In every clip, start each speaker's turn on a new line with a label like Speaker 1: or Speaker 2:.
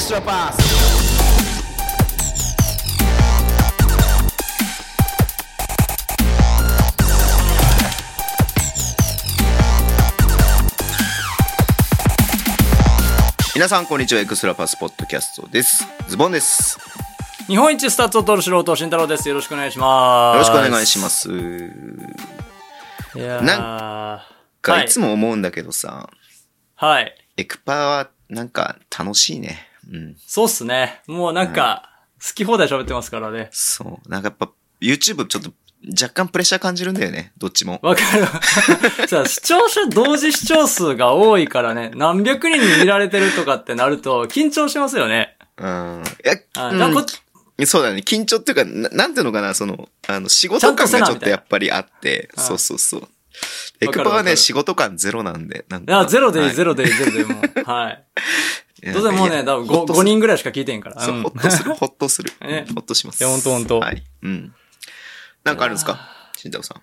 Speaker 1: シュパス
Speaker 2: 皆さんこんにちはエクストラパスポッドキャストですズボンです
Speaker 1: 日本一スタッツを取る素人慎太郎ですよろしくお願いします
Speaker 2: よろしくお願いします
Speaker 1: いや
Speaker 2: な
Speaker 1: なん
Speaker 2: か、
Speaker 1: はい
Speaker 2: い、つも思うんだけどさ
Speaker 1: はい
Speaker 2: エクパはなんか楽しいねうん
Speaker 1: そうっすねもうなんか、好き放題喋ってますからね
Speaker 2: そうなんかやっぱ YouTube ちょっと若干プレッシャー感じるんだよねどっちも
Speaker 1: わかる。 さあ、視聴者同時視聴数が多いからね、何百人に見られてるとかってなると、緊張しますよね。
Speaker 2: うんいや
Speaker 1: あ
Speaker 2: うん
Speaker 1: なんかこ
Speaker 2: そうだね緊張っていうかななんていうのかなそのあの仕
Speaker 1: ちゃ
Speaker 2: 事
Speaker 1: んと
Speaker 2: 感
Speaker 1: せ
Speaker 2: が
Speaker 1: な
Speaker 2: ちょっとやっぱりあって
Speaker 1: みたいな
Speaker 2: そうそうそうエ
Speaker 1: わか
Speaker 2: ク
Speaker 1: る
Speaker 2: パは
Speaker 1: わか
Speaker 2: ね
Speaker 1: る
Speaker 2: 仕事感ゼロなんでなん
Speaker 1: い
Speaker 2: か
Speaker 1: や、ゼロでい、
Speaker 2: はい
Speaker 1: ゼロでいい、ゼロでいい、も う。はい。
Speaker 2: い
Speaker 1: どうせもう
Speaker 2: い
Speaker 1: ね、
Speaker 2: や
Speaker 1: 多分
Speaker 2: ほっ
Speaker 1: 5,
Speaker 2: とする
Speaker 1: 人ぐらいしか聞いてへんから。
Speaker 2: そうう、
Speaker 1: ん
Speaker 2: ほっと する、ほっとする。
Speaker 1: ね
Speaker 2: ほっとします。
Speaker 1: いやほんとほんと
Speaker 2: はい。うん。なんかあるんですか慎太郎さん。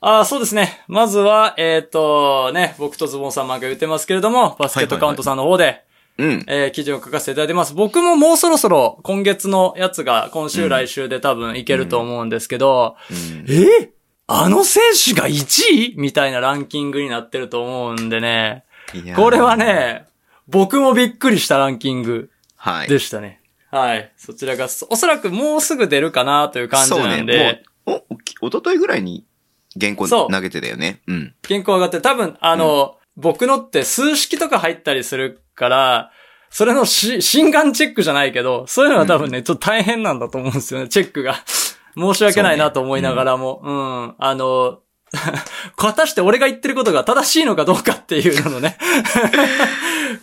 Speaker 1: ああ、そうですね。まずは、えっ、と、ね、僕とズボンさんなんか言ってますけれども、バスケットカウントさんの方で、
Speaker 2: うん。
Speaker 1: えー記事を書かせていただいてます。僕ももうそろそろ今月のやつが今週来週で多分いけると思うんですけど、
Speaker 2: うん
Speaker 1: えーあの選手が1位みたいなランキングになってると思うんでね。
Speaker 2: いやー
Speaker 1: これは、ね、僕もびっくりしたランキング
Speaker 2: はい。
Speaker 1: でしたね。はい。そちらがそ、おそらくもうすぐ出るかなという感じ
Speaker 2: そう
Speaker 1: な
Speaker 2: ね、
Speaker 1: んで、
Speaker 2: もう、お、きおとといぐらいに原稿
Speaker 1: そう
Speaker 2: 投げてたよね。うん。
Speaker 1: 原稿上がって、多分、あの、僕のって数式とか入ったりするから、それのし、心眼チェックじゃないけど、そういうのは多分ね、ちょっと大変なんだと思うんですよね、チェックが。 申し訳ないなと思いながらも、うん、あの、 果たして俺が言ってることが正しいのかどうかっていうの のね、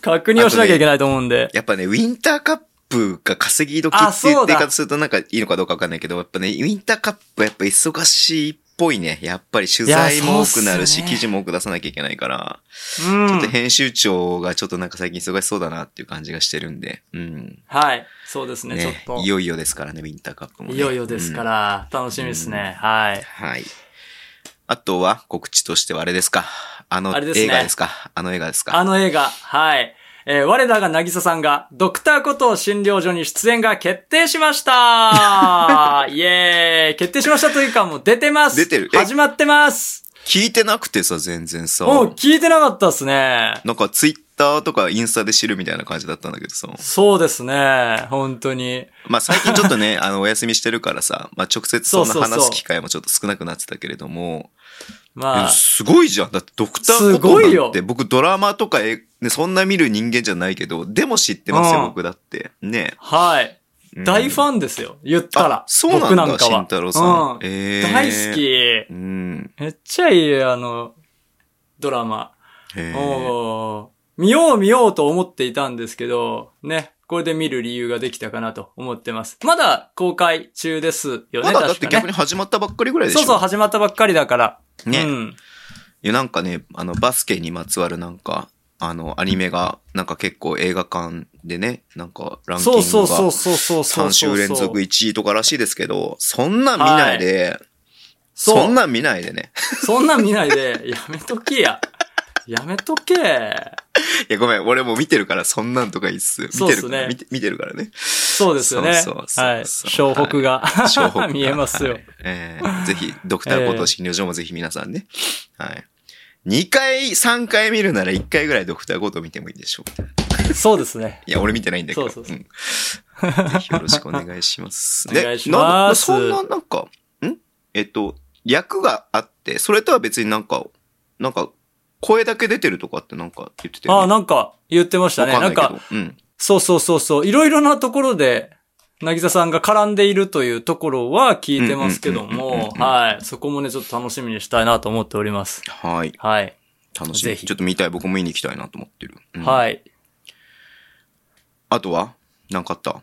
Speaker 1: 確認をしなきゃいけないと思うんで。
Speaker 2: やっぱね、ウィンターカップが稼ぎ時っ
Speaker 1: あ
Speaker 2: ていう
Speaker 1: そうだ
Speaker 2: 言い方するとなんかいいのかどうかわかんないけど、やっぱね、ウィンターカップやっぱ忙しいっぽいね。やっぱり取材も多くなる
Speaker 1: い
Speaker 2: し、
Speaker 1: やそうっすね
Speaker 2: 記事も多く出さなきゃいけないから、
Speaker 1: うん。
Speaker 2: ちょっと編集長がちょっとなんか最近忙しそうだなっていう感じがしてるんで、うん。
Speaker 1: はい。そうですね、ちょっ
Speaker 2: ね、
Speaker 1: と。
Speaker 2: いよいよですからね、ウィンターカップも、ね。
Speaker 1: いよいよですか
Speaker 2: うん
Speaker 1: ら、楽しみですね。はい。
Speaker 2: はい。あとは告知としてはあれですかあの
Speaker 1: あれですね
Speaker 2: 映画ですかあの映画ですか
Speaker 1: あの映画、はい。えー我らが渚さんが、ドクターコトー診療所に出演が決定しました イエーイ決定しましたというか、もう出てます
Speaker 2: 出てるえ
Speaker 1: 始まってます
Speaker 2: 聞いてなくてさ、全然さ。
Speaker 1: もう聞いてなかったっすね。
Speaker 2: なんかツイッターとかインスタで知るみたいな感じだったんだけどさ。
Speaker 1: そうですね、本当に。
Speaker 2: まあ最近ちょっと ね、あの、お休みしてるからさ、まあ直接そんな
Speaker 1: そうそうそう
Speaker 2: 話す機会もちょっと少なくなってたけれども、
Speaker 1: ま
Speaker 2: え
Speaker 1: あ、
Speaker 2: すごいじゃん。だってドクター
Speaker 1: すご
Speaker 2: コト
Speaker 1: いよ
Speaker 2: ーなんて僕ドラマとかえ、ね、そんな見る人間じゃないけど、でも知ってますよ、
Speaker 1: うん
Speaker 2: 僕だって。ね。
Speaker 1: はい。
Speaker 2: うん
Speaker 1: 大ファンですよ、言ったら
Speaker 2: あ。そうなん
Speaker 1: 僕なん
Speaker 2: だ、
Speaker 1: かは。
Speaker 2: 慎太郎さん
Speaker 1: う。ん
Speaker 2: えー
Speaker 1: 大好き。
Speaker 2: うん。
Speaker 1: めっちゃいい、あの、ドラマ。
Speaker 2: へー
Speaker 1: おー見よう見ようと思っていたんですけど、ね、これで見る理由ができたかなと思ってます。まだ公開中ですよね、
Speaker 2: まだだっ
Speaker 1: 確
Speaker 2: て
Speaker 1: か
Speaker 2: 逆に
Speaker 1: ね。
Speaker 2: 始まったばっかりぐらいでしょ
Speaker 1: そうそう、始まったばっかりだから。
Speaker 2: ね、い
Speaker 1: うん。
Speaker 2: やなんかね、あの、バスケにまつわるなんか、あの、アニメが、なんか結構映画館でね、なんかランキン
Speaker 1: そう
Speaker 2: グ
Speaker 1: そうそう
Speaker 2: が
Speaker 1: そうそうそう。
Speaker 2: 3週連続1位とからしいですけど、そんなん見ないで、
Speaker 1: そう。
Speaker 2: そんなん見ないでね。
Speaker 1: そんなん見ないで、やめとけや。やめとけ。
Speaker 2: いや、ごめん、俺もう見てるから、そんなんとかいいっす。見てる
Speaker 1: そうっす
Speaker 2: から、
Speaker 1: ね
Speaker 2: 見て見てるからね。
Speaker 1: そうですよね。
Speaker 2: そうそうそう
Speaker 1: はい。
Speaker 2: そう
Speaker 1: 湘北が、
Speaker 2: 湘北
Speaker 1: 見えますよ。
Speaker 2: はいえーぜひ、ドクターコトー診療所もぜひ皆さんね。はい。2回、3回見るなら1回ぐらいドクターコトー見てもいいでしょう。
Speaker 1: そうですね。
Speaker 2: いや、俺見てないんだけど。
Speaker 1: そうそうそうん
Speaker 2: ぜひよろしくお願いし ます。
Speaker 1: お願いします
Speaker 2: でなんそんな、なんか、んえっと、役があって、それとは別になんか、なんか、声だけ出てるとかってなんか言ってたよ、ね。
Speaker 1: あ、なんか言ってましたね。
Speaker 2: わか
Speaker 1: なんん
Speaker 2: ない
Speaker 1: か
Speaker 2: け、ど。うん。
Speaker 1: そうそうそうそう。いろいろなところで、なぎささんが絡んでいるというところは聞いてますけ
Speaker 2: う
Speaker 1: ど
Speaker 2: んうんうんうん
Speaker 1: も
Speaker 2: う、ん
Speaker 1: はい。そこもね、ちょっと楽しみにしたいなと思っております。
Speaker 2: はい。
Speaker 1: はい。
Speaker 2: 楽しみ。
Speaker 1: ぜひ
Speaker 2: ちょっと見たい。僕も見に行きたいなと思ってる。うん
Speaker 1: はい。
Speaker 2: あとはなんかあった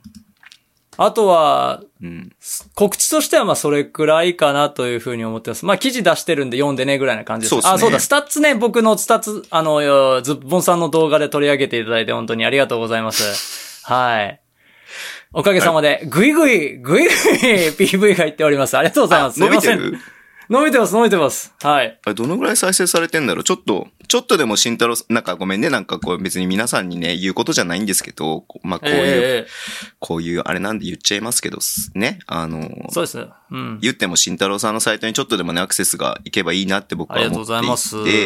Speaker 1: あとは、
Speaker 2: うん。
Speaker 1: 告知としてはまあそれくらいかなというふうに思ってます。まあ記事出してるんで読んでねぐらいな感じです。
Speaker 2: そうっすね
Speaker 1: あ、そうだ、スタッツね、僕のスタッツ、あの、ズッボンさんの動画で取り上げていただいて本当にありがとうござ います。はい。 おかげさまで、ぐいぐい、ぐいぐい PV がいっております。ありがとうございます。
Speaker 2: 伸び
Speaker 1: すい
Speaker 2: て
Speaker 1: ません
Speaker 2: る
Speaker 1: 伸びてます、伸びてます。はい。
Speaker 2: あれ、どのぐらい再生されてんだろうちょっと、ちょっとでも慎太郎さん、なんかごめんね、なんかこう別に皆さんにね、言うことじゃないんですけど、こまあこう
Speaker 1: え
Speaker 2: いう、
Speaker 1: ええ
Speaker 2: こういうあれなんで言っちゃいますけど、ね、あの、
Speaker 1: えそうです。うん。
Speaker 2: 言っても慎太郎さんのサイトにちょっとでもね、アクセスがいけばいいなって僕は
Speaker 1: あり
Speaker 2: 思っ
Speaker 1: が
Speaker 2: て
Speaker 1: とう
Speaker 2: い
Speaker 1: ご
Speaker 2: て。
Speaker 1: ざいます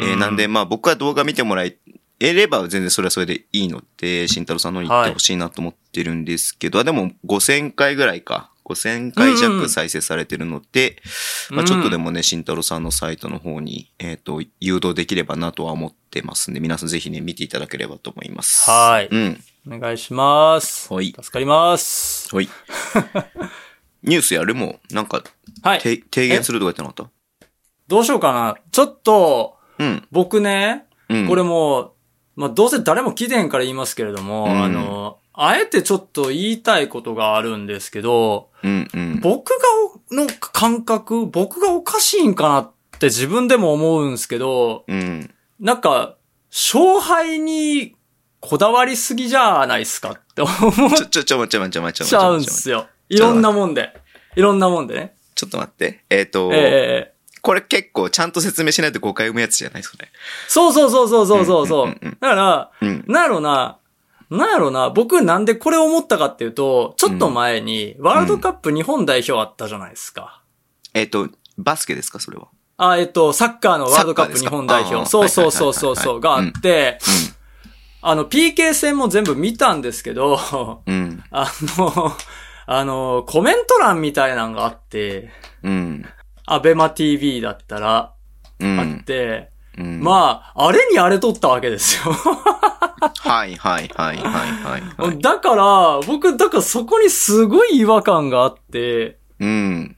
Speaker 2: え
Speaker 1: う
Speaker 2: ー
Speaker 1: ん
Speaker 2: なんでまあ僕は動画見てもらえれば全然それはそれでいいので、慎太郎さんの方に行ってほしいなと思ってるんですけど、あでも5000回ぐらいか。5000回
Speaker 1: うんう
Speaker 2: 弱
Speaker 1: ん
Speaker 2: 再生されてるので、まあ、ちょっとでもね、慎太郎さんのサイトの方に、えっ、と、誘導できればなとは思ってますんで、皆さんぜひね、見ていただければと思います。
Speaker 1: はい
Speaker 2: うん。
Speaker 1: お願いします。
Speaker 2: はい
Speaker 1: 助かります。
Speaker 2: はい。ニュースやるもうなんか、
Speaker 1: はい。
Speaker 2: て提言するとか言ってなかっ
Speaker 1: どうしようかな。ちょっと、
Speaker 2: たうん。
Speaker 1: 僕ね、
Speaker 2: うん。
Speaker 1: これもう、まあ、どうせ誰も聞いてへんから言いますけれども、
Speaker 2: うん
Speaker 1: あの、あえてちょっと言いたいことがあるんですけど、
Speaker 2: うんうん。
Speaker 1: 僕がお、の感覚、僕がおかしいんかなって自分でも思うんですけど、
Speaker 2: うん。
Speaker 1: なんか、勝敗にこだわりすぎじゃないですかって思
Speaker 2: ちょ、ちょ、ちょ、待って待って待って
Speaker 1: っ
Speaker 2: 待って
Speaker 1: ちゃうん
Speaker 2: 待って待って
Speaker 1: すよ。いろんなもんで。いろんなもんでね。
Speaker 2: ちょっと待って。えっ、と、
Speaker 1: ええええ
Speaker 2: これ結構ちゃんと説明しないと誤解生むやつじゃないそれ。
Speaker 1: そうそうそうそうそうそうそううん
Speaker 2: うんうんうん
Speaker 1: だから、
Speaker 2: うん。
Speaker 1: なんやろな、なんやろな、僕なんでこれ思ったかっていうと、ちょっと前に、ワールドカップ日本代表あったじゃないですか。
Speaker 2: えっ、と、バスケですかそれは。
Speaker 1: あ、えっと、サッカーのワールドカッ
Speaker 2: サ
Speaker 1: プ日
Speaker 2: ッカー
Speaker 1: 本
Speaker 2: ですか
Speaker 1: 代
Speaker 2: ああ
Speaker 1: 表。そうそうそうそうそう、が
Speaker 2: はいはいはいはい
Speaker 1: あって、あの、PK 戦も全部見たんですけど、
Speaker 2: うん。
Speaker 1: あの、あの、コメント欄みたいなのがあって、
Speaker 2: うん。
Speaker 1: アベマ TV だったら、
Speaker 2: う
Speaker 1: あ
Speaker 2: ん
Speaker 1: っ。て、
Speaker 2: うん、
Speaker 1: まあ、あれにあれ撮ったわけですよ。
Speaker 2: はいはいはいはいはい、はい。
Speaker 1: だから、僕、だからそこにすごい違和感があって、
Speaker 2: うん。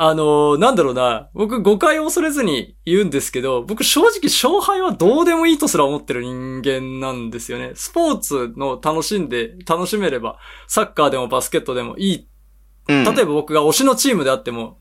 Speaker 1: あのーなんだろうな、僕誤解を恐れずに言うんですけど、僕正直勝敗はどうでもいいとすら思ってる人間なんですよね。スポーツの楽しんで、楽しめれば、サッカーでもバスケットでもいい。
Speaker 2: うん。
Speaker 1: 例えば
Speaker 2: ば、
Speaker 1: 僕が推しのチームであっても、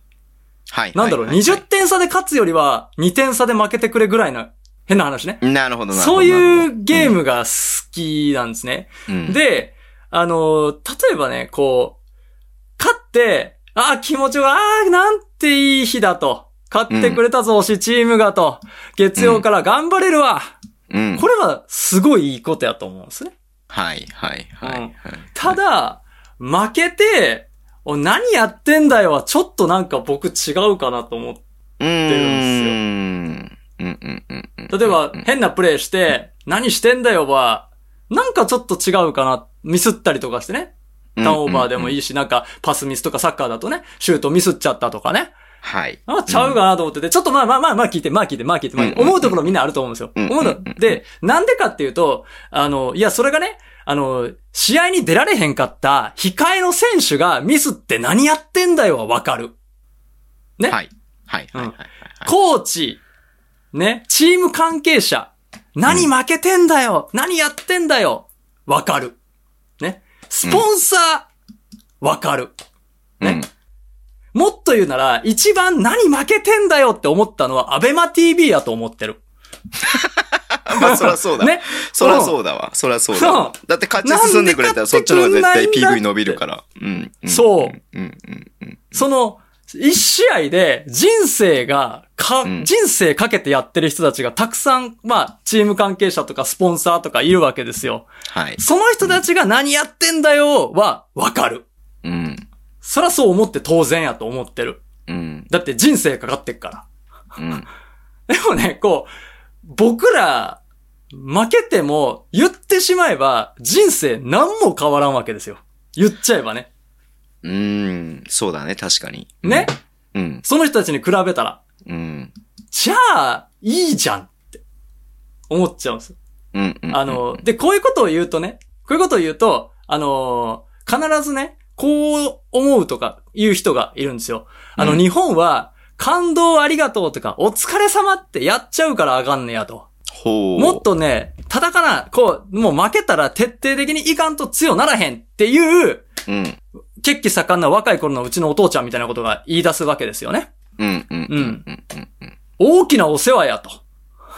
Speaker 2: はい。
Speaker 1: なんだろう、
Speaker 2: はいはい
Speaker 1: 20点差で勝つよりは、2点差で負けてくれぐらいの、変な話ね。
Speaker 2: なるほどなるほど。
Speaker 1: そう
Speaker 2: なる
Speaker 1: い
Speaker 2: ほ
Speaker 1: うゲームが好きなんですね。
Speaker 2: ど、うん、
Speaker 1: で、あのー、例えばね、こう、勝って、ああ、気持ちが、ああ、なんていい日だと。勝ってくれたぞ、推しチームがと。月曜から頑張れるわ。
Speaker 2: うん。
Speaker 1: これは、すごいいいことやと思うんですね。
Speaker 2: はいはいはい、はい。
Speaker 1: ただ、負けて、お何やってんだよは、ちょっとなんか僕違うかなと思って。
Speaker 2: うーん。うんうんうんうん。
Speaker 1: 例えば
Speaker 2: うん、
Speaker 1: 変なプレイして、何してんだよは、なんかちょっと違うかな。ミスったりとかしてね。ターンオーバーでもい
Speaker 2: い。
Speaker 1: いし、なんか、パスミスとかサッカーだとね、シュートミスっちゃったとかね。
Speaker 2: はい。
Speaker 1: あ、ちゃうかなと思ってて、ちょっとまあまあまあまあ聞いて、まあ聞いて、まあ聞いて、まあ聞いて
Speaker 2: うんうんうん
Speaker 1: 思うところみんなあると思うんですよ。
Speaker 2: うんうんうん
Speaker 1: 思うの。で、なんでかっていうと、あの、いや、それがね、あの、試合に出られへんかった、控えの選手がミスって何やってんだよはわかる。ね
Speaker 2: はい。はいはいはいはい。
Speaker 1: コーチ、ね、チーム関係者、何負けてんだよ、何やってんだよわかる。ね。スポンサー、わかる。ね
Speaker 2: うん
Speaker 1: もっと言うなら、一番何負けてんだよって思ったのは、アベマ TV やと思ってる。
Speaker 2: まあ、そらそうだ。
Speaker 1: ね。
Speaker 2: そらそうだわ。そらそうだわ
Speaker 1: そ。
Speaker 2: だって勝ち進んでくれたらそっちの方が絶対 PV 伸びるから。うん。うん。
Speaker 1: そう
Speaker 2: うんうんうん。
Speaker 1: その、一試合で人生が、か、
Speaker 2: うん
Speaker 1: 人生かけてやってる人たちがたくさん、まあ、チーム関係者とかスポンサーとかいるわけですよ。
Speaker 2: はい。
Speaker 1: その人たちが何やってんだよは、わかる。
Speaker 2: うん。
Speaker 1: そらそう思って当然やと思ってる。
Speaker 2: うん。
Speaker 1: だって人生かかってっから。
Speaker 2: うん。
Speaker 1: でもね、こう、僕ら、負けても、言ってしまえば、人生何も変わらんわけですよ。言っちゃえばね。
Speaker 2: うん。そうだね、確かに。
Speaker 1: ね、
Speaker 2: うん。
Speaker 1: その人たちに比べたら、
Speaker 2: うん。
Speaker 1: じゃあ、いいじゃんって、思っちゃうんですよ。
Speaker 2: うん。うん。
Speaker 1: あの、で、こういうことを言うとね、こういうことを言うと、あのー必ずね、こう思うとか言う人がいるんですよ。あの、
Speaker 2: うん
Speaker 1: 日本は、感動ありがとうとか、お疲れ様ってやっちゃうからあかんねやと。
Speaker 2: ほう。
Speaker 1: もっ。とね、叩かな、こう、もう負けたら徹底的にいかんと強ならへんっていう、
Speaker 2: うん。
Speaker 1: 血気盛んな若い頃のうちのお父ちゃんみたいなことが言い出すわけですよね。
Speaker 2: うん。うん。う
Speaker 1: うん。
Speaker 2: ん。
Speaker 1: 大きなお世話やと。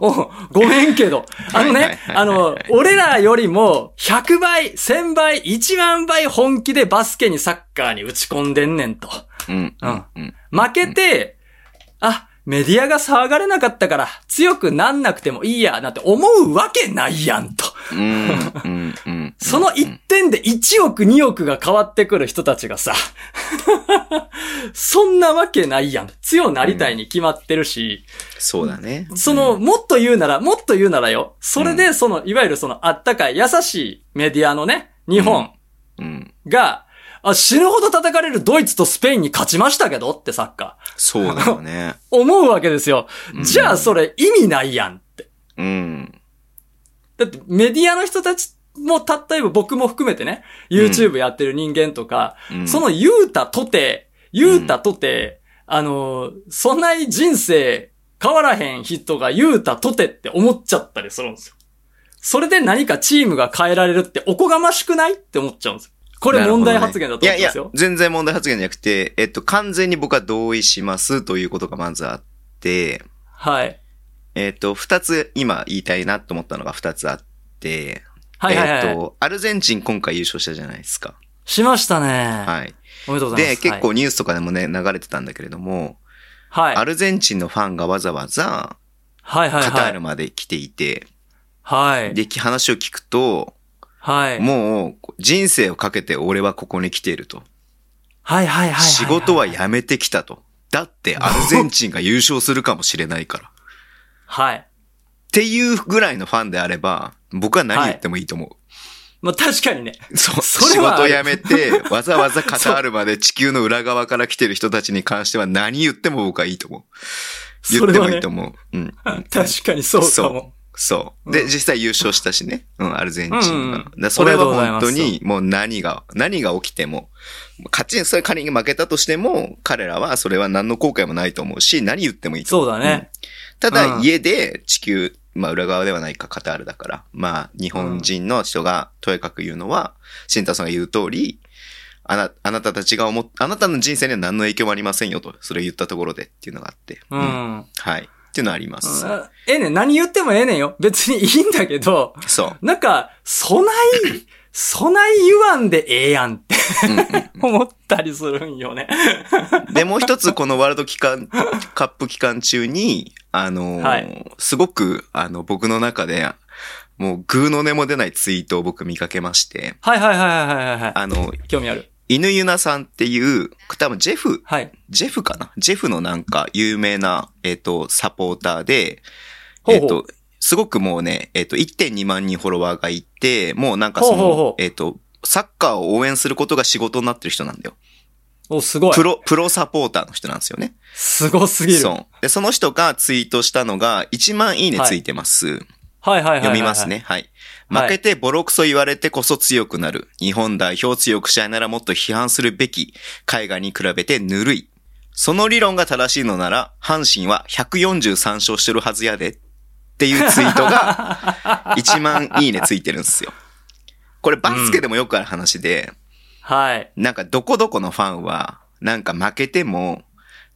Speaker 1: おごめんけど。あの
Speaker 2: はいはい
Speaker 1: ね、
Speaker 2: はい
Speaker 1: あの、俺らよりも100倍、1000倍、1万倍本気でバスケにサッカーに打ち込んでんねんと。
Speaker 2: うん。うん。うん。
Speaker 1: 負けて、あ、メディアが騒がれなかったから強くなんなくてもいいや、なんて思うわけないやんと。
Speaker 2: うん。うん。うん。
Speaker 1: その一点で1億2億が変わってくる人たちがさ、 そんなわけないやん。強なりたいに決まってるし、
Speaker 2: そうだね。
Speaker 1: その、もっと言うなら、もっと言うならよ、それでその、いわゆるそのあったかい優しいメディアのね、日本
Speaker 2: うん。
Speaker 1: が、あ死ぬほど叩かれるドイツとスペインに勝ちましたけどってサッカー。
Speaker 2: そうだよね。
Speaker 1: 思うわけですよ。
Speaker 2: うん
Speaker 1: じゃあそれ意味ないやんって。
Speaker 2: うん。
Speaker 1: だってメディアの人たちも、例えば僕も含めてね、YouTube やってる人間とか、
Speaker 2: うん
Speaker 1: その言うたとて、言うたとて、あの、そんなに人生変わらへん人が言うたとてって思っちゃったりするんですよ。それで何かチームが変えられるっておこがましくないって思っちゃうんですよ。こ
Speaker 2: こ
Speaker 1: れ問題発言だと思うんですよ。
Speaker 2: いやいや、全然問題発言じゃなくて、えっと、完全に僕は同意しますということがまずあって、
Speaker 1: はい。
Speaker 2: えっと、二つ今言いたいなと思ったのが二つあって、
Speaker 1: はいはいはい。
Speaker 2: えっと、アルゼンチン今回優勝したじゃないですか。
Speaker 1: しましたね、
Speaker 2: はい。
Speaker 1: おめでとうございま。、
Speaker 2: です結構ニュースとかでもね、流れてたんだけれども、
Speaker 1: はい、
Speaker 2: ア
Speaker 1: はい。
Speaker 2: ルゼンチンのファンがわざわざ、
Speaker 1: はいはい
Speaker 2: カタ
Speaker 1: は
Speaker 2: ール
Speaker 1: い。
Speaker 2: まで来ていて、
Speaker 1: はい。
Speaker 2: で、話を聞くと、
Speaker 1: はい。
Speaker 2: もう、人生をかけて俺はここに来ていると。
Speaker 1: はいはいはいはい。
Speaker 2: 仕事は辞めてきたと。だって、アルゼンチンが優勝するかもしれないから。っ
Speaker 1: はい。
Speaker 2: ていうぐらいのファンであれば、僕は何言ってもいいと思う。
Speaker 1: まあ、確かにね。
Speaker 2: そう、
Speaker 1: そ
Speaker 2: 仕
Speaker 1: れは
Speaker 2: 事辞めて、わざわざカタールまで地球の裏側から来てる人たちに関しては何言っても僕はいいと思う。言
Speaker 1: そ
Speaker 2: っ
Speaker 1: れ
Speaker 2: て
Speaker 1: は
Speaker 2: もい
Speaker 1: ね
Speaker 2: いと、思う。うん。
Speaker 1: 確かにそうかも。
Speaker 2: そう。で、実際優勝したしね。うん、アルゼンチンが。
Speaker 1: う
Speaker 2: だ
Speaker 1: ん
Speaker 2: からそれは
Speaker 1: おめでとうござい
Speaker 2: 本
Speaker 1: ま
Speaker 2: 当
Speaker 1: す
Speaker 2: に、もう何が、何が起きても、勝ち、それ仮に負けたとしても、彼らはそれは何の後悔もないと思うし、何言ってもいいと
Speaker 1: そうだね。
Speaker 2: た
Speaker 1: う
Speaker 2: だ、
Speaker 1: ん
Speaker 2: 家で地球、まあ裏側ではないか、カタールだから。まあ、日本人の人がとやかく言うのは、慎太さんが言う通り、あな、あなたたちが思っ、あなたの人生には何の影響もありませんよと、それを言ったところでっていうのがあって。
Speaker 1: う
Speaker 2: うん
Speaker 1: ん。
Speaker 2: はい。っていうのはあります。
Speaker 1: あええねん、何言ってもええねんよ。別にいいんだけど、
Speaker 2: そう。
Speaker 1: なんか、そない、 そない言わんでええやんって思ったりするんよね。
Speaker 2: で、もう一つ、このワールド期間、カップ期間中に、あのー
Speaker 1: はい
Speaker 2: すごく、あの、僕の中で、もう、グーの根も出ないツイートを僕見かけまして、
Speaker 1: はいはいはいはいはいは
Speaker 2: あの、
Speaker 1: い。興味ある。
Speaker 2: 犬ゆなさんっていう、多分ジェフ、
Speaker 1: はい。
Speaker 2: ジェフかなジェフのなんか有名な、えっ、と、サポーターで、
Speaker 1: ほう
Speaker 2: えっ、
Speaker 1: ほう
Speaker 2: と、すごくもうね、えっ、と、1.2万人フォロワーがいて、もうなんかその、
Speaker 1: ほうほうほう
Speaker 2: えっ、と、サッカーを応援することが仕事になってる人なんだよ。
Speaker 1: お、すごい
Speaker 2: プ。ロ、プロサポーターの人なんですよね。
Speaker 1: すごすぎる。
Speaker 2: そう。で、その人がツイートしたのが、1万いいね
Speaker 1: はい
Speaker 2: ついてます。
Speaker 1: はいはいはいはいはい。
Speaker 2: 読みます。ね。はい。
Speaker 1: はい
Speaker 2: 負けてボロクソ言われてこそ強くなる。日本代表を強くしたいならもっと批判するべき。海外に比べてぬるい。その理論が正しいのなら、阪神は143勝してるはずやで。っていうツイートが、1万 いいねついてるんですよ。これバスケでもよくある話で、
Speaker 1: はい。
Speaker 2: なんかどこどこのファンは、なんか負けても、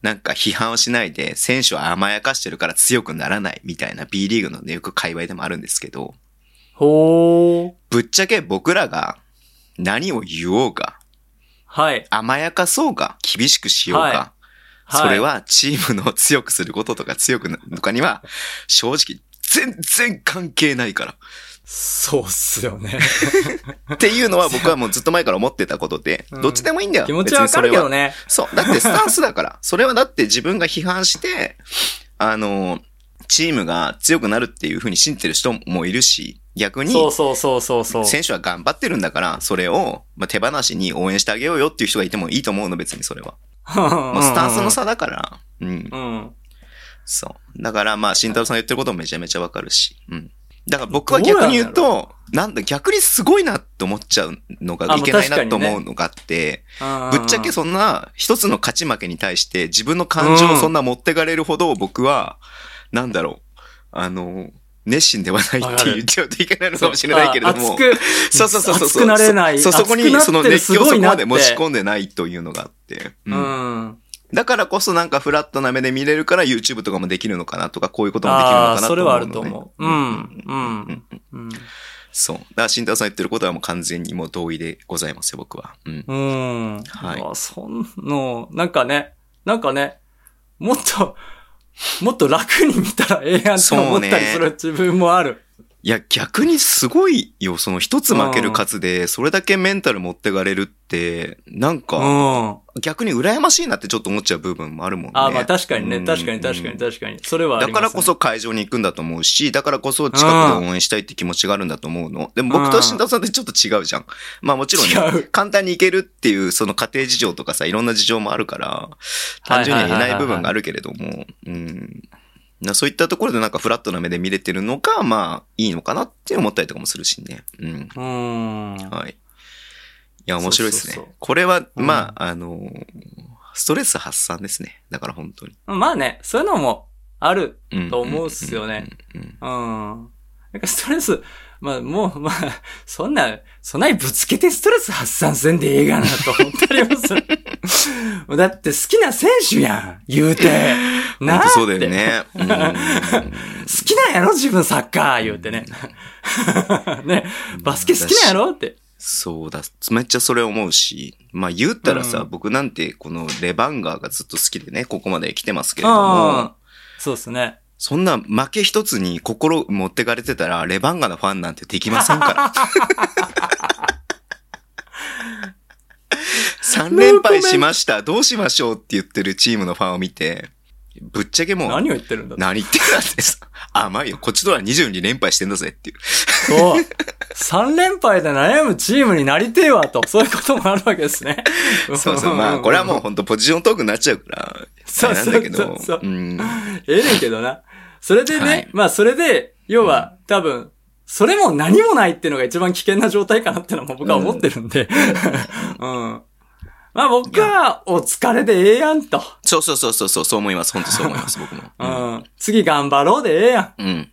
Speaker 2: なんか批判をしないで、選手は甘やかしてるから強くならないみたいな B リーグのね、よく界隈でもあるんですけど、
Speaker 1: ほー。
Speaker 2: ぶっちゃけ僕らが何を言おうか、
Speaker 1: はい。
Speaker 2: 甘やかそうか、厳しくしようか、
Speaker 1: はいはい
Speaker 2: それはチームの強くすることとか強くなるとかには、正直全然関係ないから。
Speaker 1: そうっすよね。
Speaker 2: っていうのは僕はもうずっと前から思ってたことで、
Speaker 1: うん
Speaker 2: どっちでもいいんだよ。
Speaker 1: 気持ちはわかるけど
Speaker 2: ね。
Speaker 1: ね。
Speaker 2: そう。だってスタンスだ から。それはだって自分が批判して、あの、チームが強くなるっていうふうに信じてる人もいるし、逆に、
Speaker 1: そうそうそうそうそう。
Speaker 2: 選手は頑張ってるんだから、それを、まあ、手放しに応援してあげようよっていう人がいてもいいと思うの、別にそれは。まあ、スタンスの差だから、うん
Speaker 1: う、ん。うん。
Speaker 2: そう。だから、まあ、慎太郎さん言ってることもめちゃめちゃわかるし、うん。だから僕は逆に言う
Speaker 1: ど
Speaker 2: と、なんだ、逆にすごいなって思っちゃうの
Speaker 1: あま
Speaker 2: が
Speaker 1: あ
Speaker 2: いけないな
Speaker 1: 確
Speaker 2: と
Speaker 1: かにね
Speaker 2: 思うのがあって、
Speaker 1: ぶ
Speaker 2: ぶっちゃけそんな一つの勝ち負けに対して自分の感情をそんな持ってかれるほど僕は、なんだろう、あの、熱心ではないって言っちゃうといけないのかもしれないけれども。
Speaker 1: 熱く、
Speaker 2: そうそうそうそう。
Speaker 1: 熱くなれない
Speaker 2: そ、そこ
Speaker 1: 熱く
Speaker 2: に
Speaker 1: なって
Speaker 2: その熱狂を
Speaker 1: すご
Speaker 2: そ
Speaker 1: い
Speaker 2: こ
Speaker 1: なっ
Speaker 2: ま
Speaker 1: て
Speaker 2: で持ち込んでないというのがあって。
Speaker 1: うん。
Speaker 2: だからこそなんかフラットな目で見れるから YouTube とかもできるのかなとか、こういうこともできるの
Speaker 1: あ
Speaker 2: か
Speaker 1: あ、
Speaker 2: な
Speaker 1: そ
Speaker 2: と
Speaker 1: れ
Speaker 2: 思う
Speaker 1: は
Speaker 2: の、ね。
Speaker 1: あると思う。うん、うん、うん。
Speaker 2: そう。だから、慎太郎さん言ってることはもう完全にもう同意でございますよ、僕は。うん。
Speaker 1: うん。
Speaker 2: はいう
Speaker 1: わそんの、なんかね、なんかね、もっと、もっと楽に見たらええやんって思ったりする自分もある。
Speaker 2: いや、逆にすごいよ。その一つ負ける数で、それだけメンタル持ってかれるって、なん
Speaker 1: う
Speaker 2: か、
Speaker 1: ん。
Speaker 2: 逆に羨ましいなってちょっと思っちゃう部分もあるもんね。
Speaker 1: ああ、まあ確かに
Speaker 2: う
Speaker 1: ね、
Speaker 2: ん
Speaker 1: 確かに確かに確かに。それはあ
Speaker 2: だ
Speaker 1: りま
Speaker 2: か
Speaker 1: す、ね。
Speaker 2: らこそ会場に行くんだと思うし、だからこそ近くで応援したいって気持ちがあるんだと思うの。でも僕と慎太郎さんってちょっと違うじゃん。まあもちろん、
Speaker 1: 違
Speaker 2: ね、簡単に行けるっていうその家庭事情とかさ、いろんな事情もあるから、単純には言えない部分があるけれども、うん。なそういったところでなんかフラットな目で見れてるのが、まあいいのかなって思ったりとかもするしね。うん。
Speaker 1: うん。
Speaker 2: はい。いや、面白いですね。
Speaker 1: そうそうそう
Speaker 2: これは、
Speaker 1: うん
Speaker 2: まあ、あのストレス発散ですね。だから本当に。
Speaker 1: まあね、そういうのもある
Speaker 2: うん
Speaker 1: と思うっすよね。
Speaker 2: うんうんうん
Speaker 1: うん。なんかストレス、まあもう、まあ、そんな、そんなにぶつけてストレス発散せんでええがなと思ったりもする。 もうだって好きな選手やん、言うて。な
Speaker 2: 本
Speaker 1: あ
Speaker 2: 当そうだよね。うん
Speaker 1: 好きなんやろ自分サッカー言うてね。 ね、バスケ好きなんやろって。
Speaker 2: そうだ。めっちゃそれ思うし。まあ言ったらさ、
Speaker 1: うん
Speaker 2: 僕なんてこのレバンガーがずっと好きでね、ここまで来てますけれど
Speaker 1: うん
Speaker 2: も、。
Speaker 1: そうっすね。
Speaker 2: そんな負け一つに心持ってかれてたら、レバンガのファンなんてできません から。3連敗しました。どうしましょうって言ってるチームのファンを見て、ぶっちゃけもう、
Speaker 1: 何を言ってるんだと
Speaker 2: 何言ってたんです甘いよ。こっちとら22連敗してんだぜっていう。
Speaker 1: そう。3連敗で悩むチームになりてえわと。そういうこともあるわけですね。
Speaker 2: そう そう。まあ、これはもう本当ポジショントークになっちゃうから。
Speaker 1: そうそう
Speaker 2: あれなんだけど。
Speaker 1: そうそう
Speaker 2: うん。
Speaker 1: ええねんけどな。それでね、
Speaker 2: はい
Speaker 1: まあそれで、要は、多分、それも何もないっていうのが一番危険な状態かなってのも僕は思ってるんで。 うん。まあ僕は、お疲れでええやんと。
Speaker 2: そうそうそうそうそう、そう思います。本当そう思います、僕も。
Speaker 1: うん。次頑張ろうでええや
Speaker 2: うん。
Speaker 1: ん。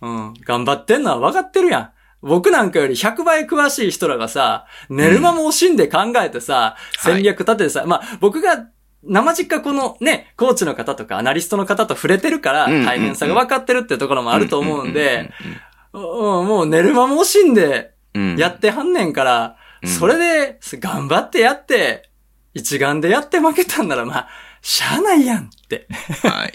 Speaker 1: うん。頑張ってんのは分かってるやん。僕なんかより100倍詳しい人らがさ、寝る間も惜しんで考えてさ、
Speaker 2: うん
Speaker 1: 戦略立ててさ、まあ僕が、生実家このね、コーチの方とかアナリストの方と触れてるから、
Speaker 2: うんうんうん
Speaker 1: 大変さが分かってるってところもあると思うんで、
Speaker 2: うん、
Speaker 1: うん、もう寝る間も惜しんで
Speaker 2: うん。
Speaker 1: やってはんねんから、
Speaker 2: うん
Speaker 1: それで、頑張ってやって、一眼でやって負けたんなら、まあ、しゃあないやんって。
Speaker 2: はい。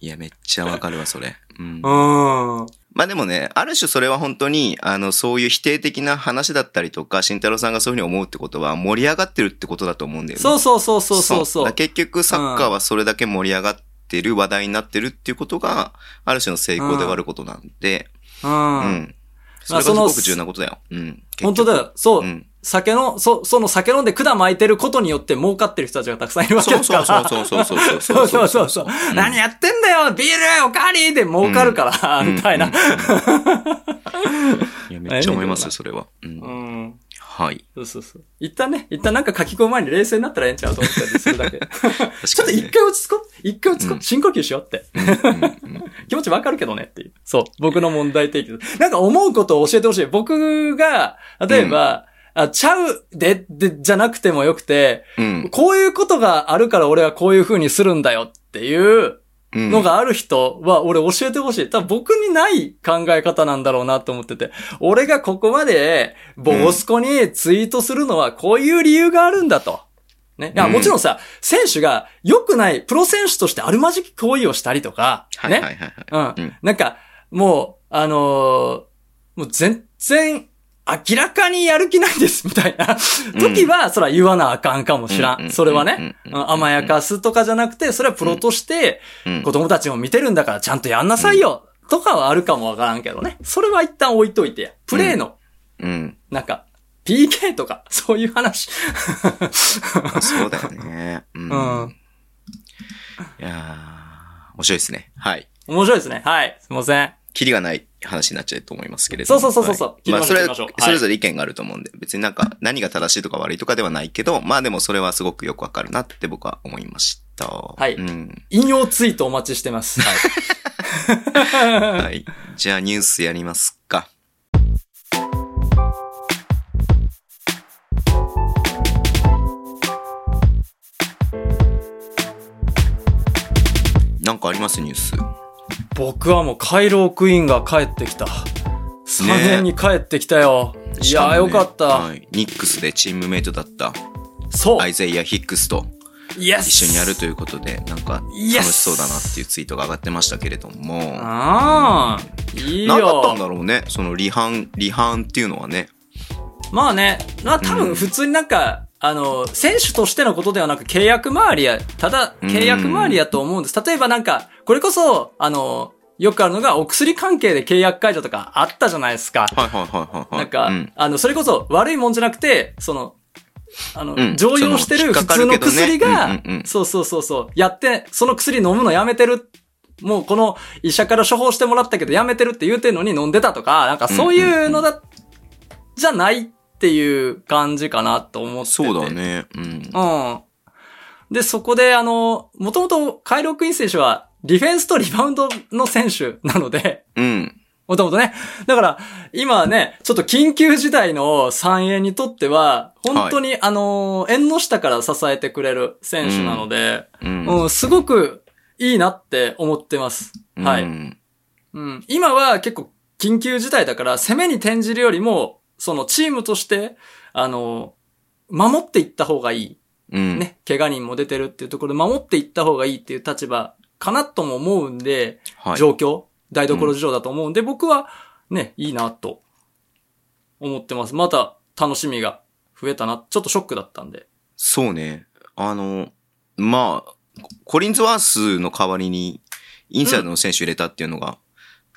Speaker 2: いや、めっちゃわかるわ、それ。うん
Speaker 1: う。ん。うん。
Speaker 2: まあでもね、ある種それは本当に、あの、そういう否定的な話だったりとか、慎太郎さんがそういうふうに思うってことは、盛り上がってるってことだと思うんだよね。
Speaker 1: そうそうそうそうそうそ
Speaker 2: だ
Speaker 1: う
Speaker 2: から。結局サッカーはそれだけ盛り上がってる、話題になってるっていうことが、ある種の成功であることなんで、
Speaker 1: う。
Speaker 2: うんん。それがすごく重要なことだよ。うん。
Speaker 1: 本当だ
Speaker 2: よ。
Speaker 1: よ。そう。
Speaker 2: うん。
Speaker 1: 酒の、そ、その酒飲んで管巻いてることによって儲かってる人たちがたくさんいるわけ
Speaker 2: そ
Speaker 1: で
Speaker 2: う
Speaker 1: すか
Speaker 2: そ
Speaker 1: ら。
Speaker 2: うそうそうそうそう
Speaker 1: そうそうそうそう。
Speaker 2: ん
Speaker 1: 何やってんだよビールおかわりで儲かるから、みたいな。
Speaker 2: いや、めっちゃ思いますよ、それは。うん
Speaker 1: うん。
Speaker 2: はい。
Speaker 1: そうそうそう。一旦ね、一旦なんか書き込む前に冷静になったらええんちゃうと思ったりするだけ。ち
Speaker 2: ち
Speaker 1: ょっと一回落ち着こう。一回落ち着こう。深呼吸しようって。気持ちわかるけどねっていう。そう。僕の問題提起です。なんか思うことを教えてほしい。僕が、例えば、あ、ちゃうで、で、じゃなくてもよくて、
Speaker 2: うん
Speaker 1: こういうことがあるから俺はこういう風にするんだよっていう
Speaker 2: うん。
Speaker 1: のがある人は俺教えてほしい。多分僕にない考え方なんだろうなと思ってて。俺がここまでボスコにツイートするのはこういう理由があるんだと。ね。いや、
Speaker 2: うん
Speaker 1: もちろんさ、選手が良くないプロ選手としてあるまじき行為をしたりとか、
Speaker 2: はいはい
Speaker 1: ね。
Speaker 2: はいはい。
Speaker 1: うん
Speaker 2: うん。
Speaker 1: なんか、もう、あのーもう全然、明らかにやる気ないです、みたいな時は、そら言わなあかんかもしら
Speaker 2: うんうん
Speaker 1: ん。それはね、
Speaker 2: う
Speaker 1: うんん甘やかすとかじゃなくて、それはプロとして、
Speaker 2: うん
Speaker 1: 子供たちも見てるんだからちゃんとやんなさいよ、とかはあるかもわからんけどね。それは一旦置いといてや。プレイの、
Speaker 2: うん。
Speaker 1: なんか、PK とか、 そういう話。
Speaker 2: そうだよね。うん。
Speaker 1: うん
Speaker 2: いやー面白いですね。はい。
Speaker 1: 面白いですね。はい。すいません。
Speaker 2: キリがない話になっちゃうと思いますけれども。
Speaker 1: そうそうそうそう
Speaker 2: はいまあ、
Speaker 1: 切
Speaker 2: そ
Speaker 1: りま
Speaker 2: れ
Speaker 1: しょ
Speaker 2: は
Speaker 1: う切りましょう、はい
Speaker 2: それぞれ意見があると思うんで、別になんか何が正しいとか悪いとかではないけど、まあでもそれはすごくよくわかるなって僕は思いました。はいうん。
Speaker 1: 引用ツイートお待ちしてます。はい。
Speaker 2: はい。じゃあニュースやりますか。かありますニュース。
Speaker 1: 僕はもうカイロークイーンが帰ってきた。3年に帰ってきたよ。い
Speaker 2: し
Speaker 1: や
Speaker 2: も
Speaker 1: ー
Speaker 2: ね
Speaker 1: よかった。
Speaker 2: はいニックスでチームメイトだった
Speaker 1: そう。
Speaker 2: アイゼイア・ヒックスと
Speaker 1: イエス
Speaker 2: 一緒にやるということで、なんか楽
Speaker 1: イエ
Speaker 2: し
Speaker 1: ス
Speaker 2: そうだなっていうツイートが上がってましたけれども、何
Speaker 1: ああ、いい
Speaker 2: だったん
Speaker 1: よ。
Speaker 2: だろうね、その離反、離反っていうのはね。
Speaker 1: まあね、まあ多
Speaker 2: うん
Speaker 1: 分普通になんか、あの、選手としてのことではなく契約周りや、ただ
Speaker 2: うん
Speaker 1: 契約周りやと思うんです。例えばなんか、これこそ、あの、よくあるのがお薬関係で契約解除とかあったじゃないですか。
Speaker 2: はいはいはいはいはい。
Speaker 1: なんか、
Speaker 2: うん
Speaker 1: あの、それこそ悪いもんじゃなくて、その、あの、
Speaker 2: うん
Speaker 1: 常用して
Speaker 2: その引
Speaker 1: る
Speaker 2: っか
Speaker 1: 普
Speaker 2: か
Speaker 1: 通
Speaker 2: るけ
Speaker 1: の
Speaker 2: どね
Speaker 1: 薬が
Speaker 2: うんうんうん、
Speaker 1: そうそうそうそう、やって、その薬飲むのやめてる。もうこの医者から処方してもらったけどやめてるって言うてんのに飲んでたとか、なんかそういうのだ、じゃないっていう感じかなと思ってて。
Speaker 2: そうだ。ね。うん。
Speaker 1: うん。で、そこであの、もともとカイロクイーン選手はディフェンスとリバウンドの選手なので、
Speaker 2: うん。
Speaker 1: もともとね。だから、今ね、ちょっと緊急事態の三栄にとっては、本当に、あのー、縁の下から支えてくれる選手なので、
Speaker 2: う。
Speaker 1: うんん、すごくいいなって思ってます。は
Speaker 2: う
Speaker 1: い。
Speaker 2: ん
Speaker 1: うん。今は結構緊急事態だから、攻めに転じるよりも、そのチームとして、あのー、守っていった方がいい。
Speaker 2: うん。
Speaker 1: ね。怪我人も出てるっていうところで、守っていった方がいいっていう立場かなとも思うんで、
Speaker 2: はい。
Speaker 1: 状況、台所事情だと思うんで、僕はね、いいなと思ってます。また楽しみが増えたな。ちょっとショックだったんで。
Speaker 2: そうね。あの、まあ、ココリンズワースの代わりに、インサイドの選手入れたっていうのが、